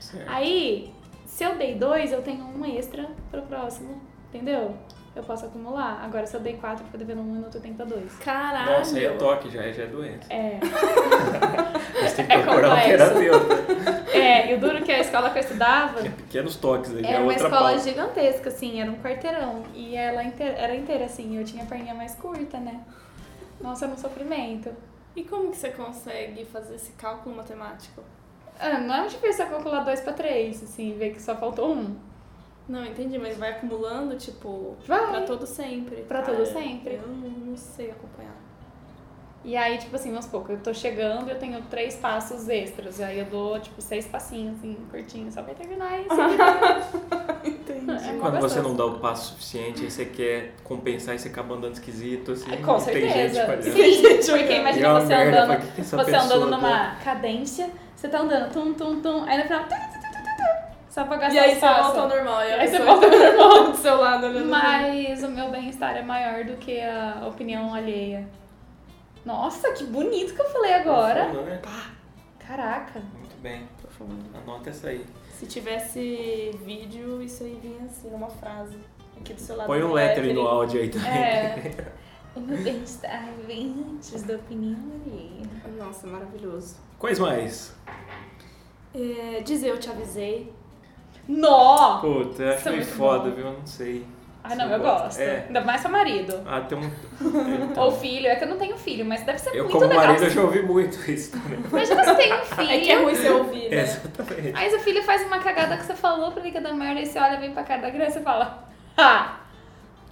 B: Certo.
C: Aí, se eu dei dois, eu tenho um extra pro próximo, entendeu? Eu posso acumular. Agora, se eu dei quatro, eu fico devendo um minuto, eu tenho que dar dois.
D: Caralho!
B: Nossa, aí é toque já, é- já é doença.
C: É,
B: Você tem que
C: É
B: procurar um
C: complexo.
B: terapeuta.
C: é, É, e o duro que a escola que eu estudava
B: Pequenos toques aí, já é
C: era uma
B: outra
C: escola
B: pauta.
C: gigantesca, assim, era um quarteirão. E ela inte- era inteira, assim, eu tinha a perninha mais curta, né? Nossa, era um sofrimento.
D: E como que você consegue fazer esse cálculo matemático?
C: Ah, não é muito difícil eu calcular dois pra três, assim, ver que só faltou um.
D: Não, entendi, mas vai acumulando, tipo,
C: Vai.
D: pra todo sempre.
B: Ah,
C: Pra
D: Cara,
C: todo
B: é.
C: sempre.
D: Eu não, não sei acompanhar.
C: E aí, tipo assim, vamos pouco, eu tô chegando e eu tenho três passos extras. E aí eu dou, tipo, seis passinhos, assim, curtinhos, só pra terminar e seguir.
D: Entendi.
C: É mó
B: Quando você
C: gostoso.
B: não dá o passo suficiente, aí você quer compensar e você acaba andando esquisito, assim.
C: É, Com
B: Tem gente
C: certeza.
B: falhando.
C: Sim, porque
D: olhando.
B: E é
C: imagina
B: uma
C: você
B: merda,
C: andando,
B: pra que que essa
C: você
B: pessoa tá
C: andando numa cadência, você tá andando tum tum tum, aí no final tum, tum, tum, tum, tum, só pra gastar
D: E aí
C: o
D: você
C: passo.
D: volta ao normal. E a
C: Aí você
D: pessoa
C: volta ao
D: tá normal do seu lado olhando. né?
C: Mas o meu bem-estar é maior do que a opinião alheia. Nossa, que bonito que eu falei agora.
B: Profundo, né?
C: Caraca.
B: Muito bem. Anota essa aí.
D: Se tivesse vídeo, isso aí vinha assim, numa frase. Aqui do
C: Tá
D: seu lado.
B: Põe
D: do né?
B: um lettering no
D: lettering.
B: áudio aí também.
C: É. o meu bem-estar vem antes da opinião alheia.
D: Nossa, maravilhoso.
B: Quais mais?
D: É, dizer eu te avisei.
C: Nó!
B: Puta, eu
C: Isso
B: acho
C: é
B: meio
C: muito
B: foda,
C: bom.
B: viu? Eu Não sei.
C: Ai, não,
B: Você
C: eu
B: gosta?
C: gosto.
B: É.
C: Ainda mais seu marido.
B: Ah, tem um.
C: Ou filho. É que eu não tenho filho, mas deve ser
B: Eu,
C: muito
B: como
C: legal.
B: marido, eu já ouvi muito isso também.
C: Imagina se tem um filho.
D: É que é ruim você ouvir, né?
B: Exatamente.
C: Aí seu filho faz uma cagada que você falou pra ele que é da merda, e você olha bem pra cara da criança e fala, ha!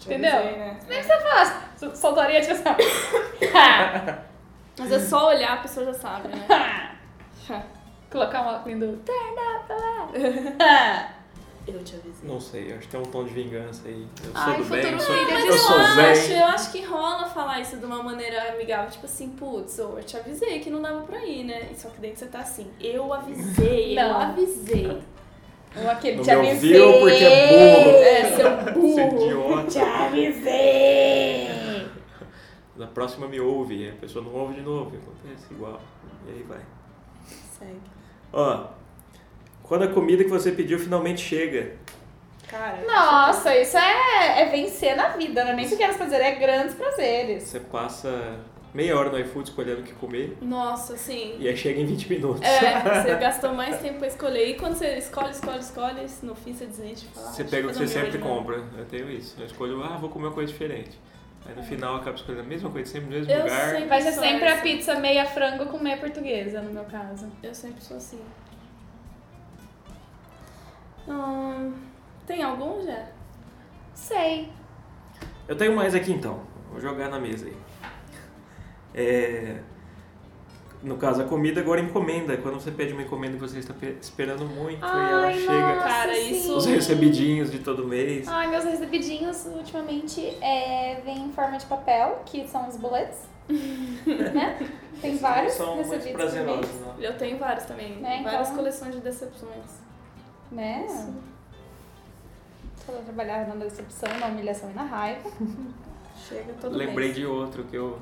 D: Te
C: Entendeu?
D: avisei, né?
C: Nem precisa falar, sol- soltaria tipo assim, ha!
D: Mas é só olhar, a pessoa já sabe, né?
C: ha. Colocar um óculos do turn up lá.
D: Eu te avisei.
B: Não sei, eu acho que tem um tom de vingança aí. Eu sou
C: Ai,
B: do bem, eu
C: futuro
B: sou,
C: filho de
B: eu sou
C: Deus.
D: acho,
B: zen.
D: eu acho que rola falar isso de uma maneira amigável, tipo assim, putz, ô, eu te avisei que não dava pra ir, né? E Só que dentro você tá assim, eu avisei, eu
C: Não.
D: avisei.
C: Ou aquele
B: Não
C: te
B: me
C: avisei.
B: ouviu porque é burro.
D: É, seu
B: Seu
D: burro.
C: Te
B: idiota.
C: avisei.
B: Na próxima me ouve, e a pessoa não ouve de novo. Acontece igual. E aí vai.
D: Segue.
B: Ó, quando a comida que você pediu finalmente chega.
D: Cara,
C: Nossa, isso é, é vencer na vida, não é nem pequenos prazeres, é grandes prazeres.
B: Você passa meia hora no iFood escolhendo o que comer
D: nossa, assim.
B: e aí chega em 20 minutos.
D: É, você gastou mais tempo pra escolher. E quando você escolhe, escolhe, escolhe, se no fim você desiste. Fala,
B: Você
D: "Ah,
B: pega o que
D: deixa eu
B: você
D: fazer
B: sempre
D: um miojo, né?"
B: compra. Eu tenho isso. Eu escolho, ah, vou comer uma coisa diferente. Aí no final eu acabo escolhendo a mesma coisa, sempre no mesmo
D: Eu
B: lugar.
D: sempre-
C: Vai ser
D: Só
C: sempre a
D: essa.
C: pizza meia frango com meia portuguesa, no meu caso.
D: Eu sempre sou assim. Hum, tem algum já?
C: Sei.
B: Eu tenho mais aqui então. Vou jogar na mesa aí. É, No caso, a comida agora encomenda. Quando você pede uma encomenda que você está pe- esperando muito e ela
C: Ai,
B: chega.
C: nossa,
D: Cara,
C: sim.
D: isso-
B: Os recebidinhos de todo mês.
C: Ai, meus recebidinhos ultimamente é, vem em forma de papel, que são os boletos. né? Tem vários
B: São muito
C: recebidos por mês,
B: prazerosos, né?
D: Eu tenho vários também.
C: Né, então-
D: Várias coleções de decepções.
C: Né? Quando eu trabalhava na decepção, na humilhação e na raiva.
D: Chega todo
B: Lembrei
D: mês.
B: de outro que eu,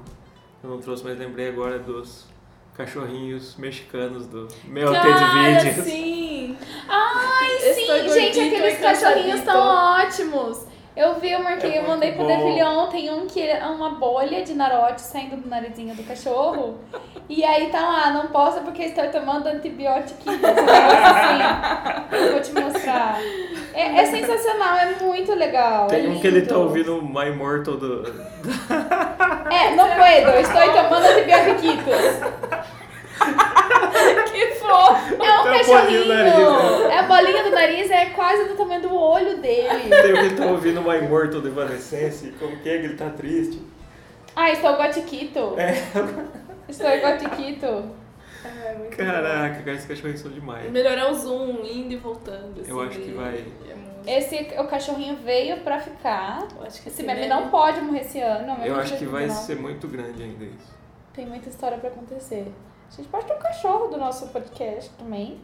B: eu não trouxe, mas lembrei agora dos cachorrinhos mexicanos do meu
D: Cara,
B: de vídeos.
D: sim!
C: Ai,
D: Estou
C: sim,
D: gordito
C: gente,
D: e
C: aqueles
D: cansadito.
C: cachorrinhos estão ótimos. Eu vi, eu marquei,
B: É
C: eu
B: muito
C: mandei pro
B: bom.
C: Deville ontem um que é uma bolha de narote saindo do narizinho do cachorro. e aí tá lá, não possa porque estou tomando antibiótico. esse negócio assim. Eu vou te mostrar. É, é sensacional, é muito legal. é
B: Tem um que ele tá
C: lindo.
B: ouvindo My Mortal do.
C: É, não puedo, estou tomando antibióticos. que fofo! É um
B: Tem a bolinha do
C: cachorrinho!
B: nariz, né?
C: É a bolinha do nariz, é quase do tamanho do olho dele.
B: Tem um que ele tá ouvindo My Mortal do Evanescence. Como que é que ele tá triste?
C: Ah, estou gotiquito.
B: É.
C: Estou gotiquito.
D: É, muito
B: Caraca, cara, esses cachorrinhos são
D: bom.
B: demais.
D: Melhorar o zoom, indo e voltando.
B: Eu
D: assim,
B: acho que
D: e-
B: vai-
D: é muito-
C: Esse, o cachorrinho veio pra ficar.
D: Eu acho que
C: Esse meme não pode morrer esse ano. é um meme
B: Eu
C: de
B: acho que vai
C: 2019.
B: ser muito grande ainda isso.
C: Tem muita história pra acontecer. A gente pode ter um cachorro do nosso podcast também.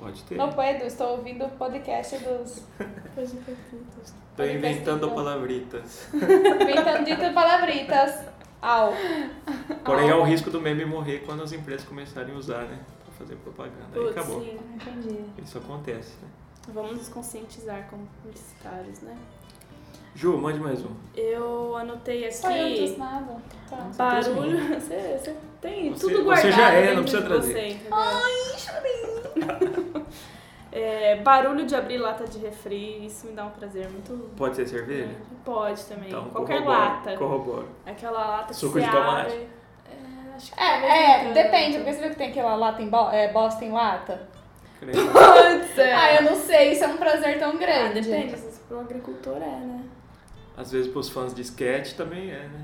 B: Pode ter.
C: Não puedo, estou ouvindo o podcast dos...
D: Pode ter tudo.
B: Tô inventando
C: Então.
B: palavritas.
C: Inventando dito palavritas. Au.
B: Porém, há o risco do meme morrer quando as empresas começarem a usar, né? Pra fazer propaganda. Aí
D: Putz,
B: acabou.
D: sim.
C: Entendi.
B: Isso acontece, né?
D: Vamos nos conscientizar como publicitários, né?
B: Ju, mande mais um.
D: Eu anotei
C: Só eu não trouxe
D: aqui
C: nada. Tá.
D: barulho. Você, você tem
B: Você-
D: tudo
B: você
D: guardado.
B: já é,
D: dentro
B: não precisa
D: de
B: trazer.
D: Você, entendeu?
C: Ai, chorei.
D: É, barulho de abrir lata de refri, isso me dá um prazer muito.
B: Pode ser cerveja?
D: grande. Pode também.
B: Então,
D: Qualquer
B: corroboro,
D: lata.
B: Corroboro.
D: Aquela lata
B: Suco
D: que
B: de
D: você
B: tomate.
D: abre. É, acho que talvez
C: É,
D: não
C: é,
D: tanto.
C: depende, porque você viu que tem aquela lata em bo é, bosta em lata?
B: Creio.
D: Putz, é.
C: Ah, eu não sei, isso é um prazer tão
D: Ah,
C: grande.
D: depende, se for um agricultor é, né?
B: Às vezes pros fãs de sketch também é, né?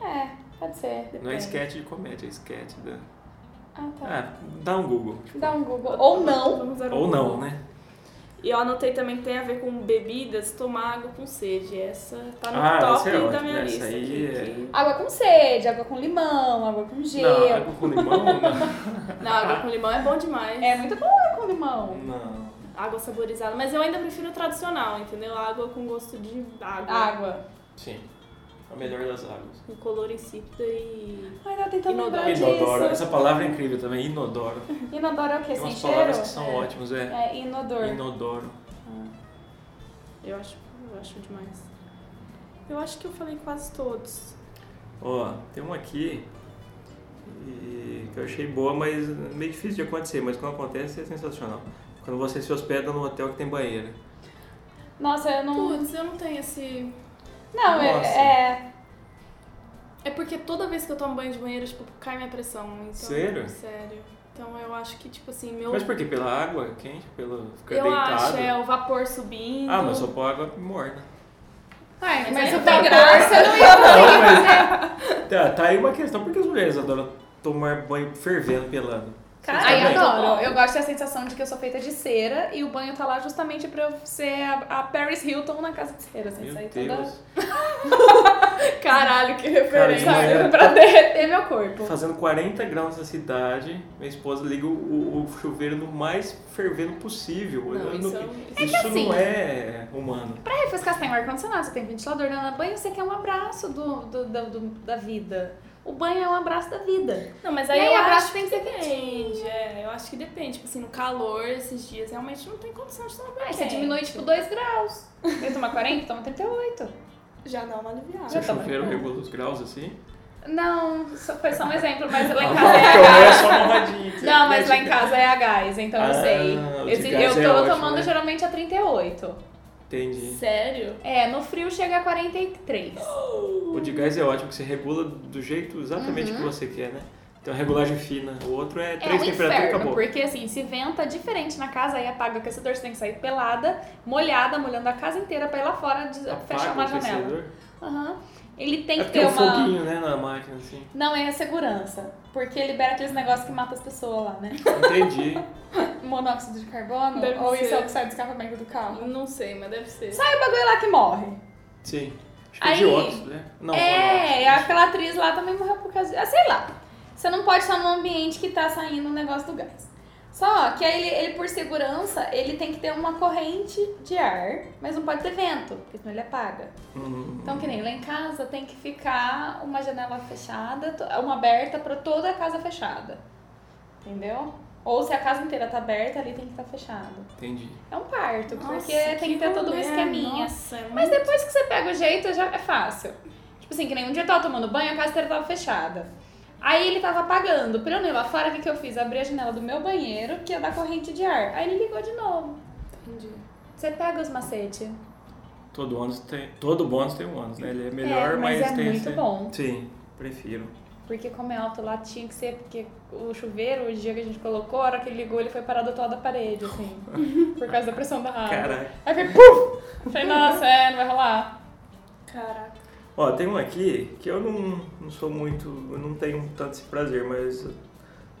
C: É, pode ser.
B: Não é
D: Depende.
B: sketch de comédia, é sketch da...
C: Ah, tá.
B: Ah, dá um Google.
C: Dá um Google. Ou não.
D: Vamos dar um
B: Ou não,
D: Google.
B: né?
D: E eu anotei também que tem a ver com bebidas, tomar água com sede. Essa tá no
B: Ah,
D: top
B: essa é
D: da
B: ótima,
D: minha
B: essa
D: lista.
B: aí
D: aqui,
B: é-
D: que-
C: Água com sede, água com limão, água com
B: Não,
C: gelo.
B: água com limão? Não.
D: Não, água com limão é bom demais.
C: É muito bom água com limão.
B: não.
D: Água saborizada. Mas eu ainda prefiro o tradicional, entendeu? Água com gosto de água.
C: Água.
B: Sim. A melhor das águas.
D: Um color insípido e...
C: Ai, não, tentando lembrar disso.
B: Inodoro. Essa palavra é incrível também, inodoro.
C: Inodoro é o quê?
B: Tem
C: Sem
B: umas
C: cheiro?
B: palavras que são ótimas, é.
C: É, inodor.
B: Inodoro.
D: Eu acho, eu acho demais. Eu acho que eu falei quase todos.
B: Ó, tem uma aqui e- que eu achei boa, mas meio difícil de acontecer, mas quando acontece é sensacional. Quando você se hospeda num hotel que tem banheira.
C: Nossa, eu não.
D: Putz, eu não tenho esse...
C: Não, é-
B: Nossa.
C: é.
D: É porque toda vez que eu tomo banho de banheiro, tipo, cai minha pressão. Então,
B: Sério?
D: Sério. Então eu acho que, tipo assim, meu...
B: Mas por quê? Pela água quente? Pelo ficar
D: eu
B: deitado?
D: acho, é um o vapor subindo.
B: Ah, mas só pôr água morna.
C: Ai,
D: Mas
C: mas
D: aí
C: o
D: não
C: da
D: tem
C: graça não ia fazer.
B: Tá, tá aí uma questão, por que as mulheres adoram tomar banho fervendo pelando?
C: Cara,
B: Vocês
C: eu
B: também?
C: adoro. Eu gosto da sensação de que eu sou feita de cera e o banho tá lá justamente pra eu ser a, a Paris Hilton na casa de cera, assim,
B: Meu
C: sair
B: Deus.
C: toda. Caralho, que referência.
B: Cara, de manhã-
C: sabe? pra derreter meu corpo.
B: Fazendo 40 graus na cidade, minha esposa liga o, o- o chuveiro no mais fervendo possível.
D: Não,
B: Eu
D: isso é um- É
C: que
B: isso
C: assim-
B: não é humano.
C: Pra refrescar, você tem um ar-condicionado, você tem ventilador, dando banho, você quer um abraço do, do- do- do- da vida. O banho é um abraço da vida.
D: Não, mas
C: E
D: aí,
C: aí,
D: eu
C: abraço
D: acho
C: tem que ser
D: depende. É, eu acho que depende. Tipo assim, no calor, esses dias, realmente não tem condição de tomar banho.
C: Aí você
D: quente.
C: diminui tipo 2 graus. Você toma 40, toma 38.
D: Já dá uma aliviada.
B: Se o
C: Já tava-
B: chuveiro regula os graus assim.
C: Não, só- foi só um exemplo, mas lá
B: Ah,
C: em
B: porque
C: casa
B: o
C: é
B: meu
C: a
B: é
C: gás.
B: só mamadinha.
C: Não, mas lá em casa é a gás, então eu
B: Ah,
C: sei.
B: o de
C: Esse- Eu,
B: gás é
C: tô
B: ótimo,
C: tomando
B: né?
C: geralmente a 38.
B: Entendi.
D: Sério?
C: É, no frio chega a 43.
B: O de gás é ótimo, que você regula do jeito exatamente que você quer, né? Tem uma regulagem fina. O outro é
C: Uhum. É
B: três
C: um
B: temperaturas e
C: inferno,
B: acabou.
C: porque assim, se venta diferente na casa, aí apaga o aquecedor, você tem que sair pelada, molhada, molhando a casa inteira pra ir lá fora des- fechar uma
B: o
C: janela.
B: aquecedor.
C: Aham. Ele tem
B: É
C: que
B: porque
C: ter
B: tem um
C: uma.
B: foguinho, né, na máquina, assim.
C: Não, é a segurança. Porque libera aqueles negócios que matam as pessoas lá, né?
B: Entendi.
C: Monóxido de carbono,
D: Deve
C: ou isso
D: ser.
C: é o que sai do escapamento do carro.
D: Não sei, mas deve ser.
C: Sai o bagulho lá que morre.
B: Sim. Acho que é
C: Aí-
B: de óxido, né? Não,
C: é,
B: monóxido.
C: aquela atriz lá também morreu por causa de. Ah, sei lá. Você não pode estar num ambiente que tá saindo um negócio do gás. Só que aí ele, ele, por segurança, ele tem que ter uma corrente de ar, mas não pode ter vento, porque senão ele apaga.
B: Hum.
C: Então, que nem lá em casa, tem que ficar uma janela fechada, to- uma aberta pra toda a casa fechada. Entendeu? Ou se a casa inteira tá aberta, ali tem que estar fechado.
B: Entendi.
C: É um parto,
D: Nossa,
C: porque tem que ter todo um
D: rolê,
C: esqueminha.
D: É,
C: assim.
D: Nossa, é
C: Mas
D: muito-
C: depois que você pega o jeito, já é fácil. Tipo assim, que nem um dia eu tava tomando banho, a casa inteira tava fechada. Aí ele tava apagando. Pra eu não ir lá fora, o que, que eu fiz? Abri a janela do meu banheiro, que ia dar corrente de ar. Aí ele ligou de novo.
D: Entendi.
C: Você pega os macetes.
B: Todo ônus tem. Todo bônus tem um ônus, né? Ele é melhor,
C: É, mas é
B: tem
C: muito
B: esse-
C: bom.
B: Sim, prefiro.
C: Porque como é alto lá, tinha que ser... Porque o chuveiro, o dia que a gente colocou, a hora que ele ligou, ele foi parar do outro lado da parede, assim. por causa da pressão da água.
B: Caraca.
C: Aí eu falei, puf! Eu Falei, nossa, é, não vai rolar.
D: Caraca.
B: Ó, tem um aqui que eu não, não sou muito. Eu não tenho tanto esse prazer, mas a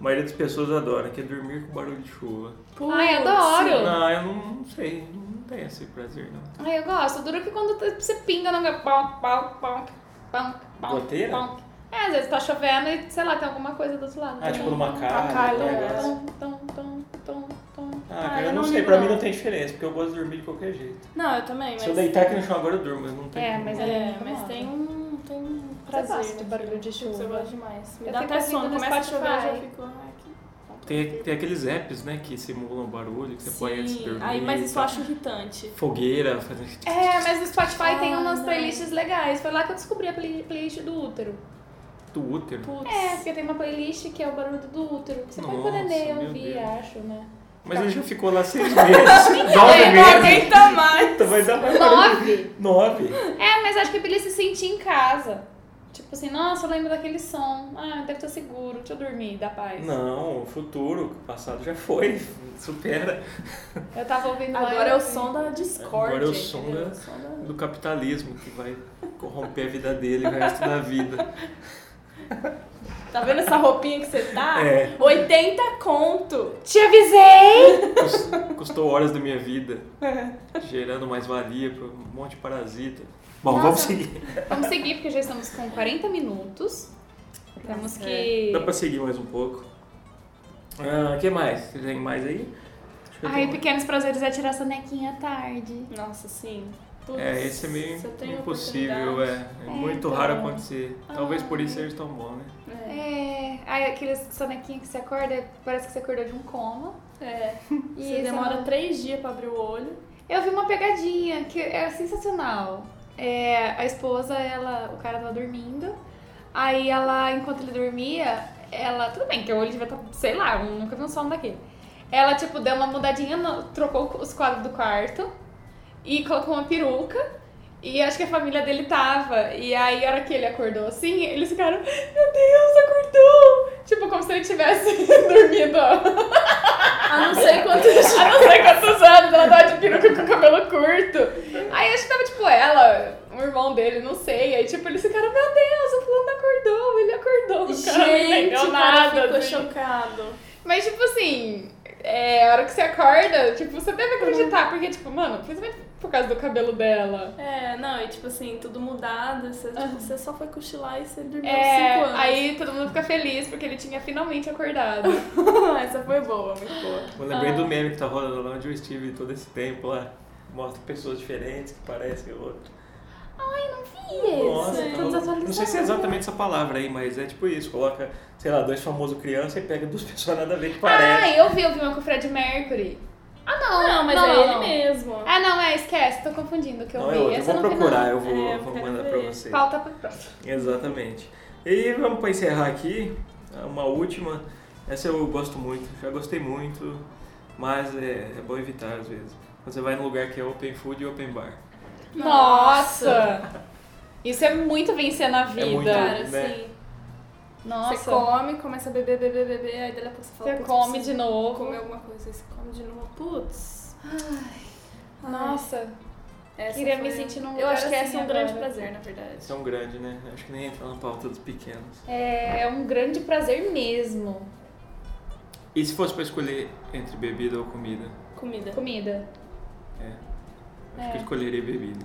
B: maioria das pessoas adora, que é dormir com barulho de chuva.
C: Ai, adoro!
B: Não, eu não, não sei, não tenho esse prazer, não.
C: Ai, eu gosto. Duro que quando t- você pinga no meu. Pau, pau, pau, pau, pau,
B: Goteira?
C: pau. É, às vezes tá chovendo e, sei lá, tem alguma coisa do outro lado. Então,
B: Ah, tipo numa calha,
D: calha,
B: um
D: é.
B: negócio.
C: Tum, tum, tum, tum, tum.
B: Ah, cara, eu
D: eu
B: não,
D: não
B: sei,
D: ligo,
B: pra
D: não.
B: mim não tem diferença, porque eu gosto de dormir de qualquer jeito.
D: Não, eu também, mas...
B: Se eu deitar aqui no chão agora eu durmo, mas não tem.
C: É, mas é-
D: É, mas tem um, tem um prazer.
C: gosta de
D: naquilo.
C: barulho de chuva?
D: Eu gosto demais. Me
C: Eu
D: dá
C: fico
D: até
C: ouvindo
D: sono.
C: no
D: Começa a chover, eu já
C: Spotify.
D: fico... Ai, que...
B: tem, tem aqueles apps, né, que simulam barulho, que você põe antes de
D: Sim.
B: dormir. tá
D: Aí, mas
B: e
D: isso eu
B: tal.
D: acho irritante.
B: Fogueira, fazendo.
C: É, mas no Spotify tem
D: Ah,
C: umas
D: não.
C: playlists legais. Foi lá que eu descobri a play- playlist do útero.
B: do útero.
D: Putz.
C: É, porque tem uma playlist que é o barulho é do útero. Que você pode
B: Nossa,
C: poder
B: meu
C: ouvir,
B: Deus.
C: acho, né?
B: Mas ele já ficou lá seis meses. nove
C: é, não
B: meses.
D: Aguenta mais.
B: Então vai dar mais
C: Nove?
B: Nove.
C: É, mas acho que é pra ele se sentir em casa. Tipo assim, nossa, eu lembro daquele som. Ah, deve estar seguro, deixa eu dormir, dá paz.
B: Não, o futuro, o passado já foi. Supera.
C: Eu tava ouvindo lá,
D: Agora
C: eu
D: é o
C: ouvi.
D: som da Discord.
B: Agora é o som da- Do capitalismo que vai corromper a vida dele o resto da vida.
D: Tá vendo essa roupinha que você tá?
B: É.
D: 80 conto.
C: Te avisei!
B: Cus- Custou horas da minha vida,
C: É.
B: gerando mais valia para um monte de parasita. Bom, vamos
C: Nossa.
B: seguir.
C: Vamos seguir, porque já estamos com 40 minutos. Temos
D: Tá
C: que.
B: Dá pra seguir mais um pouco. O que mais? Você Tem mais aí? Acho que eu
C: Ai,
B: tenho-
C: pequenos prazeres é tirar sonequinha à tarde.
D: Nossa, sim. Putz,
B: É, esse é meio
D: se eu tenho
B: impossível, é.
D: oportunidade- Ah.
B: É muito
C: então.
B: raro acontecer. Talvez por isso seja tão bom, né?
D: É.
C: É. Ai, aqueles sonequinha que você acorda, parece que você acordou de um coma.
D: É.
C: E
D: Você
C: você
D: demora
C: não-
D: três dias pra abrir o olho.
C: Eu vi uma pegadinha que era sensacional. É, a esposa, ela, o cara tava dormindo, aí ela, enquanto ele dormia, ela, tudo bem que o olho devia estar, sei lá, eu nunca vi um som daquele. Ela, tipo, deu uma mudadinha, no- trocou os quadros do quarto e colocou uma peruca. E acho que a família dele tava. E aí, a hora que ele acordou assim, eles ficaram, meu Deus, acordou! Tipo, como se ele tivesse dormido
D: A não sei quantos dias.
C: há não sei quantos anos, ela tava de peruca com cabelo curto. Aí acho que tava tipo ela, o irmão dele, não sei. Aí tipo, eles ficaram, meu Deus, o fulano acordou, ele acordou. O cara não
D: Gente,
C: entendeu
D: o cara
C: nada.
D: ficou
C: assim.
D: chocado.
C: Mas tipo assim, é, a hora que você acorda, tipo, você deve acreditar, porque tipo, mano, principalmente por causa do cabelo dela.
D: É, não, e tipo assim, tudo mudado. Você, tipo, você só foi cochilar e você dormiu
C: É,
D: cinco anos.
C: aí todo mundo fica feliz porque ele tinha finalmente acordado.
D: Essa foi boa, muito boa. Ah.
B: Eu lembrei do meme que tá rolando lá onde eu estive todo esse tempo lá. Mostra pessoas diferentes que parecem outro.
C: Ai, não
D: é.
C: vi
B: Nossa,
C: esse.
B: tá
C: Tô
B: rolando.
C: desatualizada.
B: não sei se é exatamente essa palavra aí, mas é tipo isso. Coloca, sei lá, dois famosos crianças e pega duas pessoas nada a ver que parecem.
C: Ah, eu vi, eu vi uma com o Fred Mercury. Ah, não.
D: Não, mas é ele mesmo.
C: Ah, não, é, esquece, tô confundindo o que eu
B: não
C: vi.
B: é outro. Eu
C: Essa
B: vou
C: não vi,
B: procurar,
C: não.
B: eu vou,
D: É, eu
B: vou
D: quero
B: mandar
D: ver.
B: pra vocês.
C: Pauta pra próxima.
B: Exatamente. E vamos para encerrar aqui, É uma última. Essa eu gosto muito, já gostei muito, mas é, é bom evitar às vezes. Você vai num lugar que é open food e open bar.
D: Nossa.
C: Nossa! Isso é muito vencer na vida.
B: muito,
D: Cara,
B: né?
D: assim,
C: Nossa,
D: você come, começa a beber, beber, beber, aí dali a pouco você fala,
C: Você
D: "Putz,
C: come
D: preciso
C: de novo.
D: comer alguma coisa, aí você come de novo, putz. Ai.
C: Nossa,
D: Essa
C: queria me
D: foi um-
C: sentir num
D: Eu
C: lugar
D: acho que
C: assim
D: esse é um
C: agora.
D: grande prazer, na verdade.
B: Isso é um grande, né? Acho que nem entra na pauta dos pequenos.
C: é é um grande prazer mesmo.
B: E se fosse para escolher entre bebida ou comida?
D: Comida.
C: Comida.
B: Acho que eu
C: É.
B: escolheria bebida.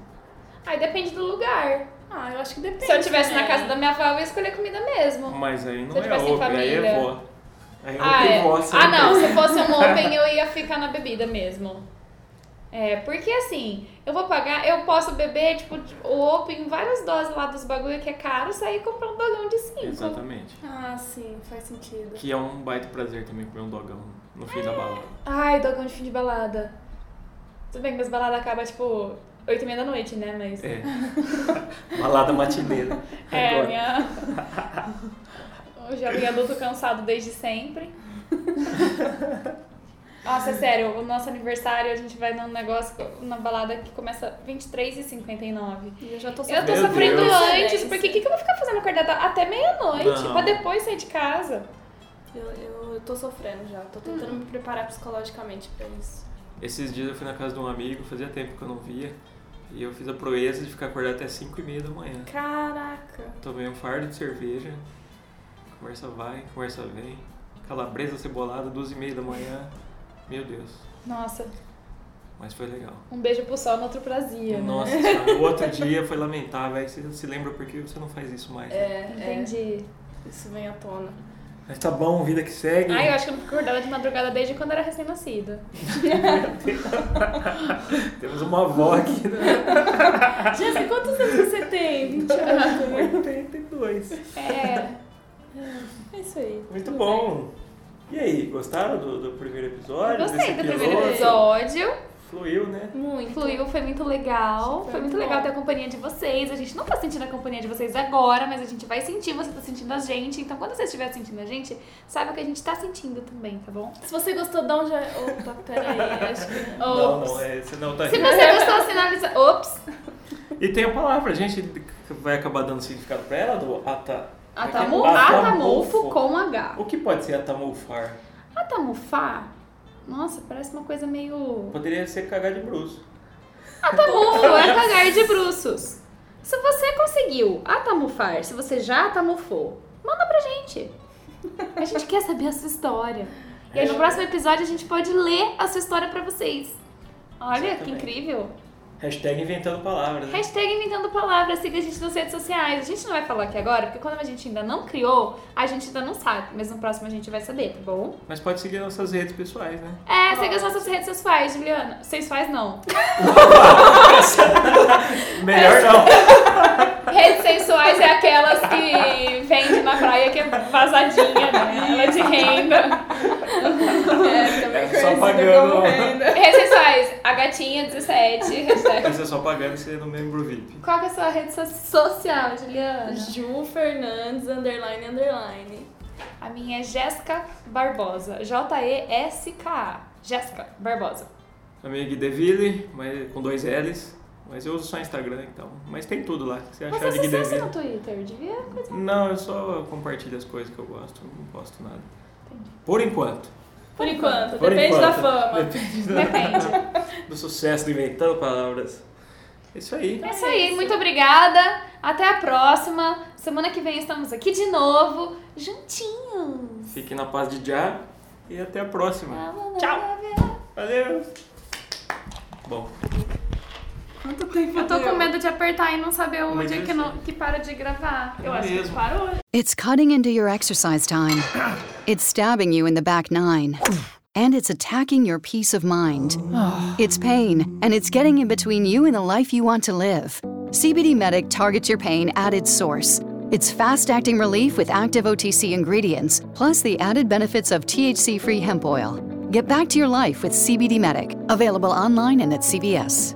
C: Aí depende do lugar.
D: Ah, eu acho que depende.
C: Se eu estivesse na
D: né?
C: casa da minha avó, eu ia escolher comida mesmo.
B: Mas aí não
C: Se eu
B: é
C: tivesse em
B: open, aí é
C: família.
B: vó. Aí é
C: Ah,
B: open
C: é.
B: vó
C: ah, não.
B: sempre.
C: Se fosse um open, eu ia ficar na bebida mesmo. É, porque assim, eu vou pagar, eu posso beber, tipo, o open, várias doses lá dos bagulho que é caro, sair comprar um dogão de cinco.
B: Exatamente.
D: Ah, sim, faz sentido.
B: Que é um baita prazer também comer um dogão no fim da balada.
C: Ai, dogão de fim de balada. Tudo bem que as baladas acabam, tipo, 8 e meia da noite, né? Mas. É,
B: É. Balada matineira. Agora.
C: a É, minha. o jovem adulto cansado desde sempre. Nossa, é sério, o nosso aniversário a gente vai num negócio, na balada que começa 23h59.
D: E eu já tô
C: Eu tô
B: Meu
C: sofrendo
B: Deus.
C: antes, porque o que, que eu vou ficar fazendo acordada até meia-noite?
B: Não.
C: Pra depois sair de casa.
D: Eu, eu, eu tô sofrendo já, tô tentando me preparar psicologicamente pra isso.
B: Esses dias eu fui na casa de um amigo, fazia tempo que eu não via, e eu fiz a proeza de ficar acordado até 5 e meia da manhã.
D: Caraca!
B: Tomei um fardo de cerveja, conversa vai, conversa vem, calabresa cebolada, duas e meia da manhã. Meu Deus,
C: Nossa,
B: mas foi legal.
C: um beijo pro sol no outro prazia. né?
B: Nossa senhora, o outro dia foi lamentável, aí você se lembra porque você não faz isso mais. né?
D: É, Entendi.
C: Entendi.
D: isso vem à tona.
B: Mas tá bom, vida que
D: É.
B: segue.
C: Ai, eu acho que eu não acordava de madrugada desde quando era recém-nascida.
B: Temos uma avó aqui, né?
D: Jéssica, quantos anos você tem? 20 anos, né?
B: 82.
C: É.
D: É isso aí.
B: Muito
D: Tudo
B: bom. E aí, gostaram do, do primeiro episódio? desse
C: Gostei do primeiro
B: piloto?
C: episódio.
B: Fluiu, né?
D: Muito.
C: Fluiu, foi muito legal.
D: Foi
C: Foi muito
D: bom.
C: legal ter a companhia de vocês. A gente não tá sentindo a companhia de vocês agora, mas a gente vai sentir, você tá sentindo a gente. Então, quando você estiver sentindo a gente, saiba que a gente tá sentindo também, tá bom?
D: Se você gostou, dá um já. Opa, peraí. Acho que.
C: Oh,
B: Não,
D: Ops.
B: não, é, esse não tá
C: Se
B: aqui.
C: você gostou, sinaliza. Ops!
B: E tem a palavra, a gente vai acabar dando significado pra ela, do ata...
C: Atamu,
B: Atamulfo.
C: atamulfo com H.
B: O que pode ser atamulfar?
C: Atamufar? Nossa, parece uma coisa meio.
B: Poderia ser cagar de bruxo.
C: Atamufo é cagar de bruços. Se você conseguiu atamufar, se você já atamufou, manda pra gente. A gente quer saber a sua história. E aí no próximo episódio a gente pode ler a sua história pra vocês. Olha que
B: Exatamente.
C: incrível.
B: Hashtag inventando palavras. né?
C: Hashtag inventando palavras, siga a gente nas redes sociais. A gente não vai falar aqui agora, porque quando a gente ainda não criou, a gente ainda não sabe. Mas no próximo a gente vai saber, tá bom?
B: Mas pode seguir nossas redes pessoais, né?
C: É, segue as nossas redes sociais, Juliana. Sexuais não.
B: Melhor não.
C: Redes sensuais é aquelas que vende na praia que é vazadinha, né? Ela é de renda.
D: É, também
B: É,
D: conhecido
B: só
D: como
B: pagando.
D: renda.
C: Redes sensuais, a gatinha 17. hashtag.
B: Você é só pagando e você no membro VIP.
C: Qual que é a sua rede so- social, Juliana?
D: Ju Fernandes, underline, underline.
C: A minha é Jéssica Barbosa. J-E-S-K-A. Jéssica Barbosa.
B: Amigo Gui Deville, mas com dois L's. Mas eu uso só Instagram, então. Mas tem tudo lá. que Você achar
C: Você é
B: de Gui
C: sucesso
B: Deville.
C: no Twitter, devia coisa.
B: Não, eu só compartilho as coisas que eu gosto. Não posto nada. Por enquanto.
D: Por enquanto,
B: Por
D: depende
B: enquanto.
D: da fama.
B: Depende, da-
C: Depende.
B: do sucesso do Inventando Palavras. Isso aí.
C: É isso aí, muito obrigada. Até a próxima. Semana que vem estamos aqui de novo, juntinhos.
B: Fique na paz de já e até a
D: Ah.
B: próxima.
C: Tchau.
B: Valeu! Bom,
D: Quanto tempo
C: Eu tô com medo de apertar e não saber
B: Mas
C: onde é que,
B: isso- É
C: não- que para de gravar.
D: Eu acho que
B: Mesmo.
D: parou.
C: né?
E: It's cutting into your exercise time. It's stabbing you in the back nine. And it's attacking your peace of mind. It's pain, and it's getting in between you and the life you want to live. CBD Medic targets your pain at its source. It's fast acting relief with active OTC ingredients, plus the added benefits of THC free hemp oil. Get back to your life with CBD Medic, available online and at CVS.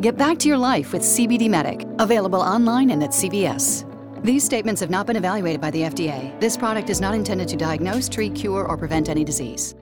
E: Get back to your life with CBD Medic, available online and at CVS. These statements have not been evaluated by the FDA. This product is not intended to diagnose, treat, cure, or prevent any disease.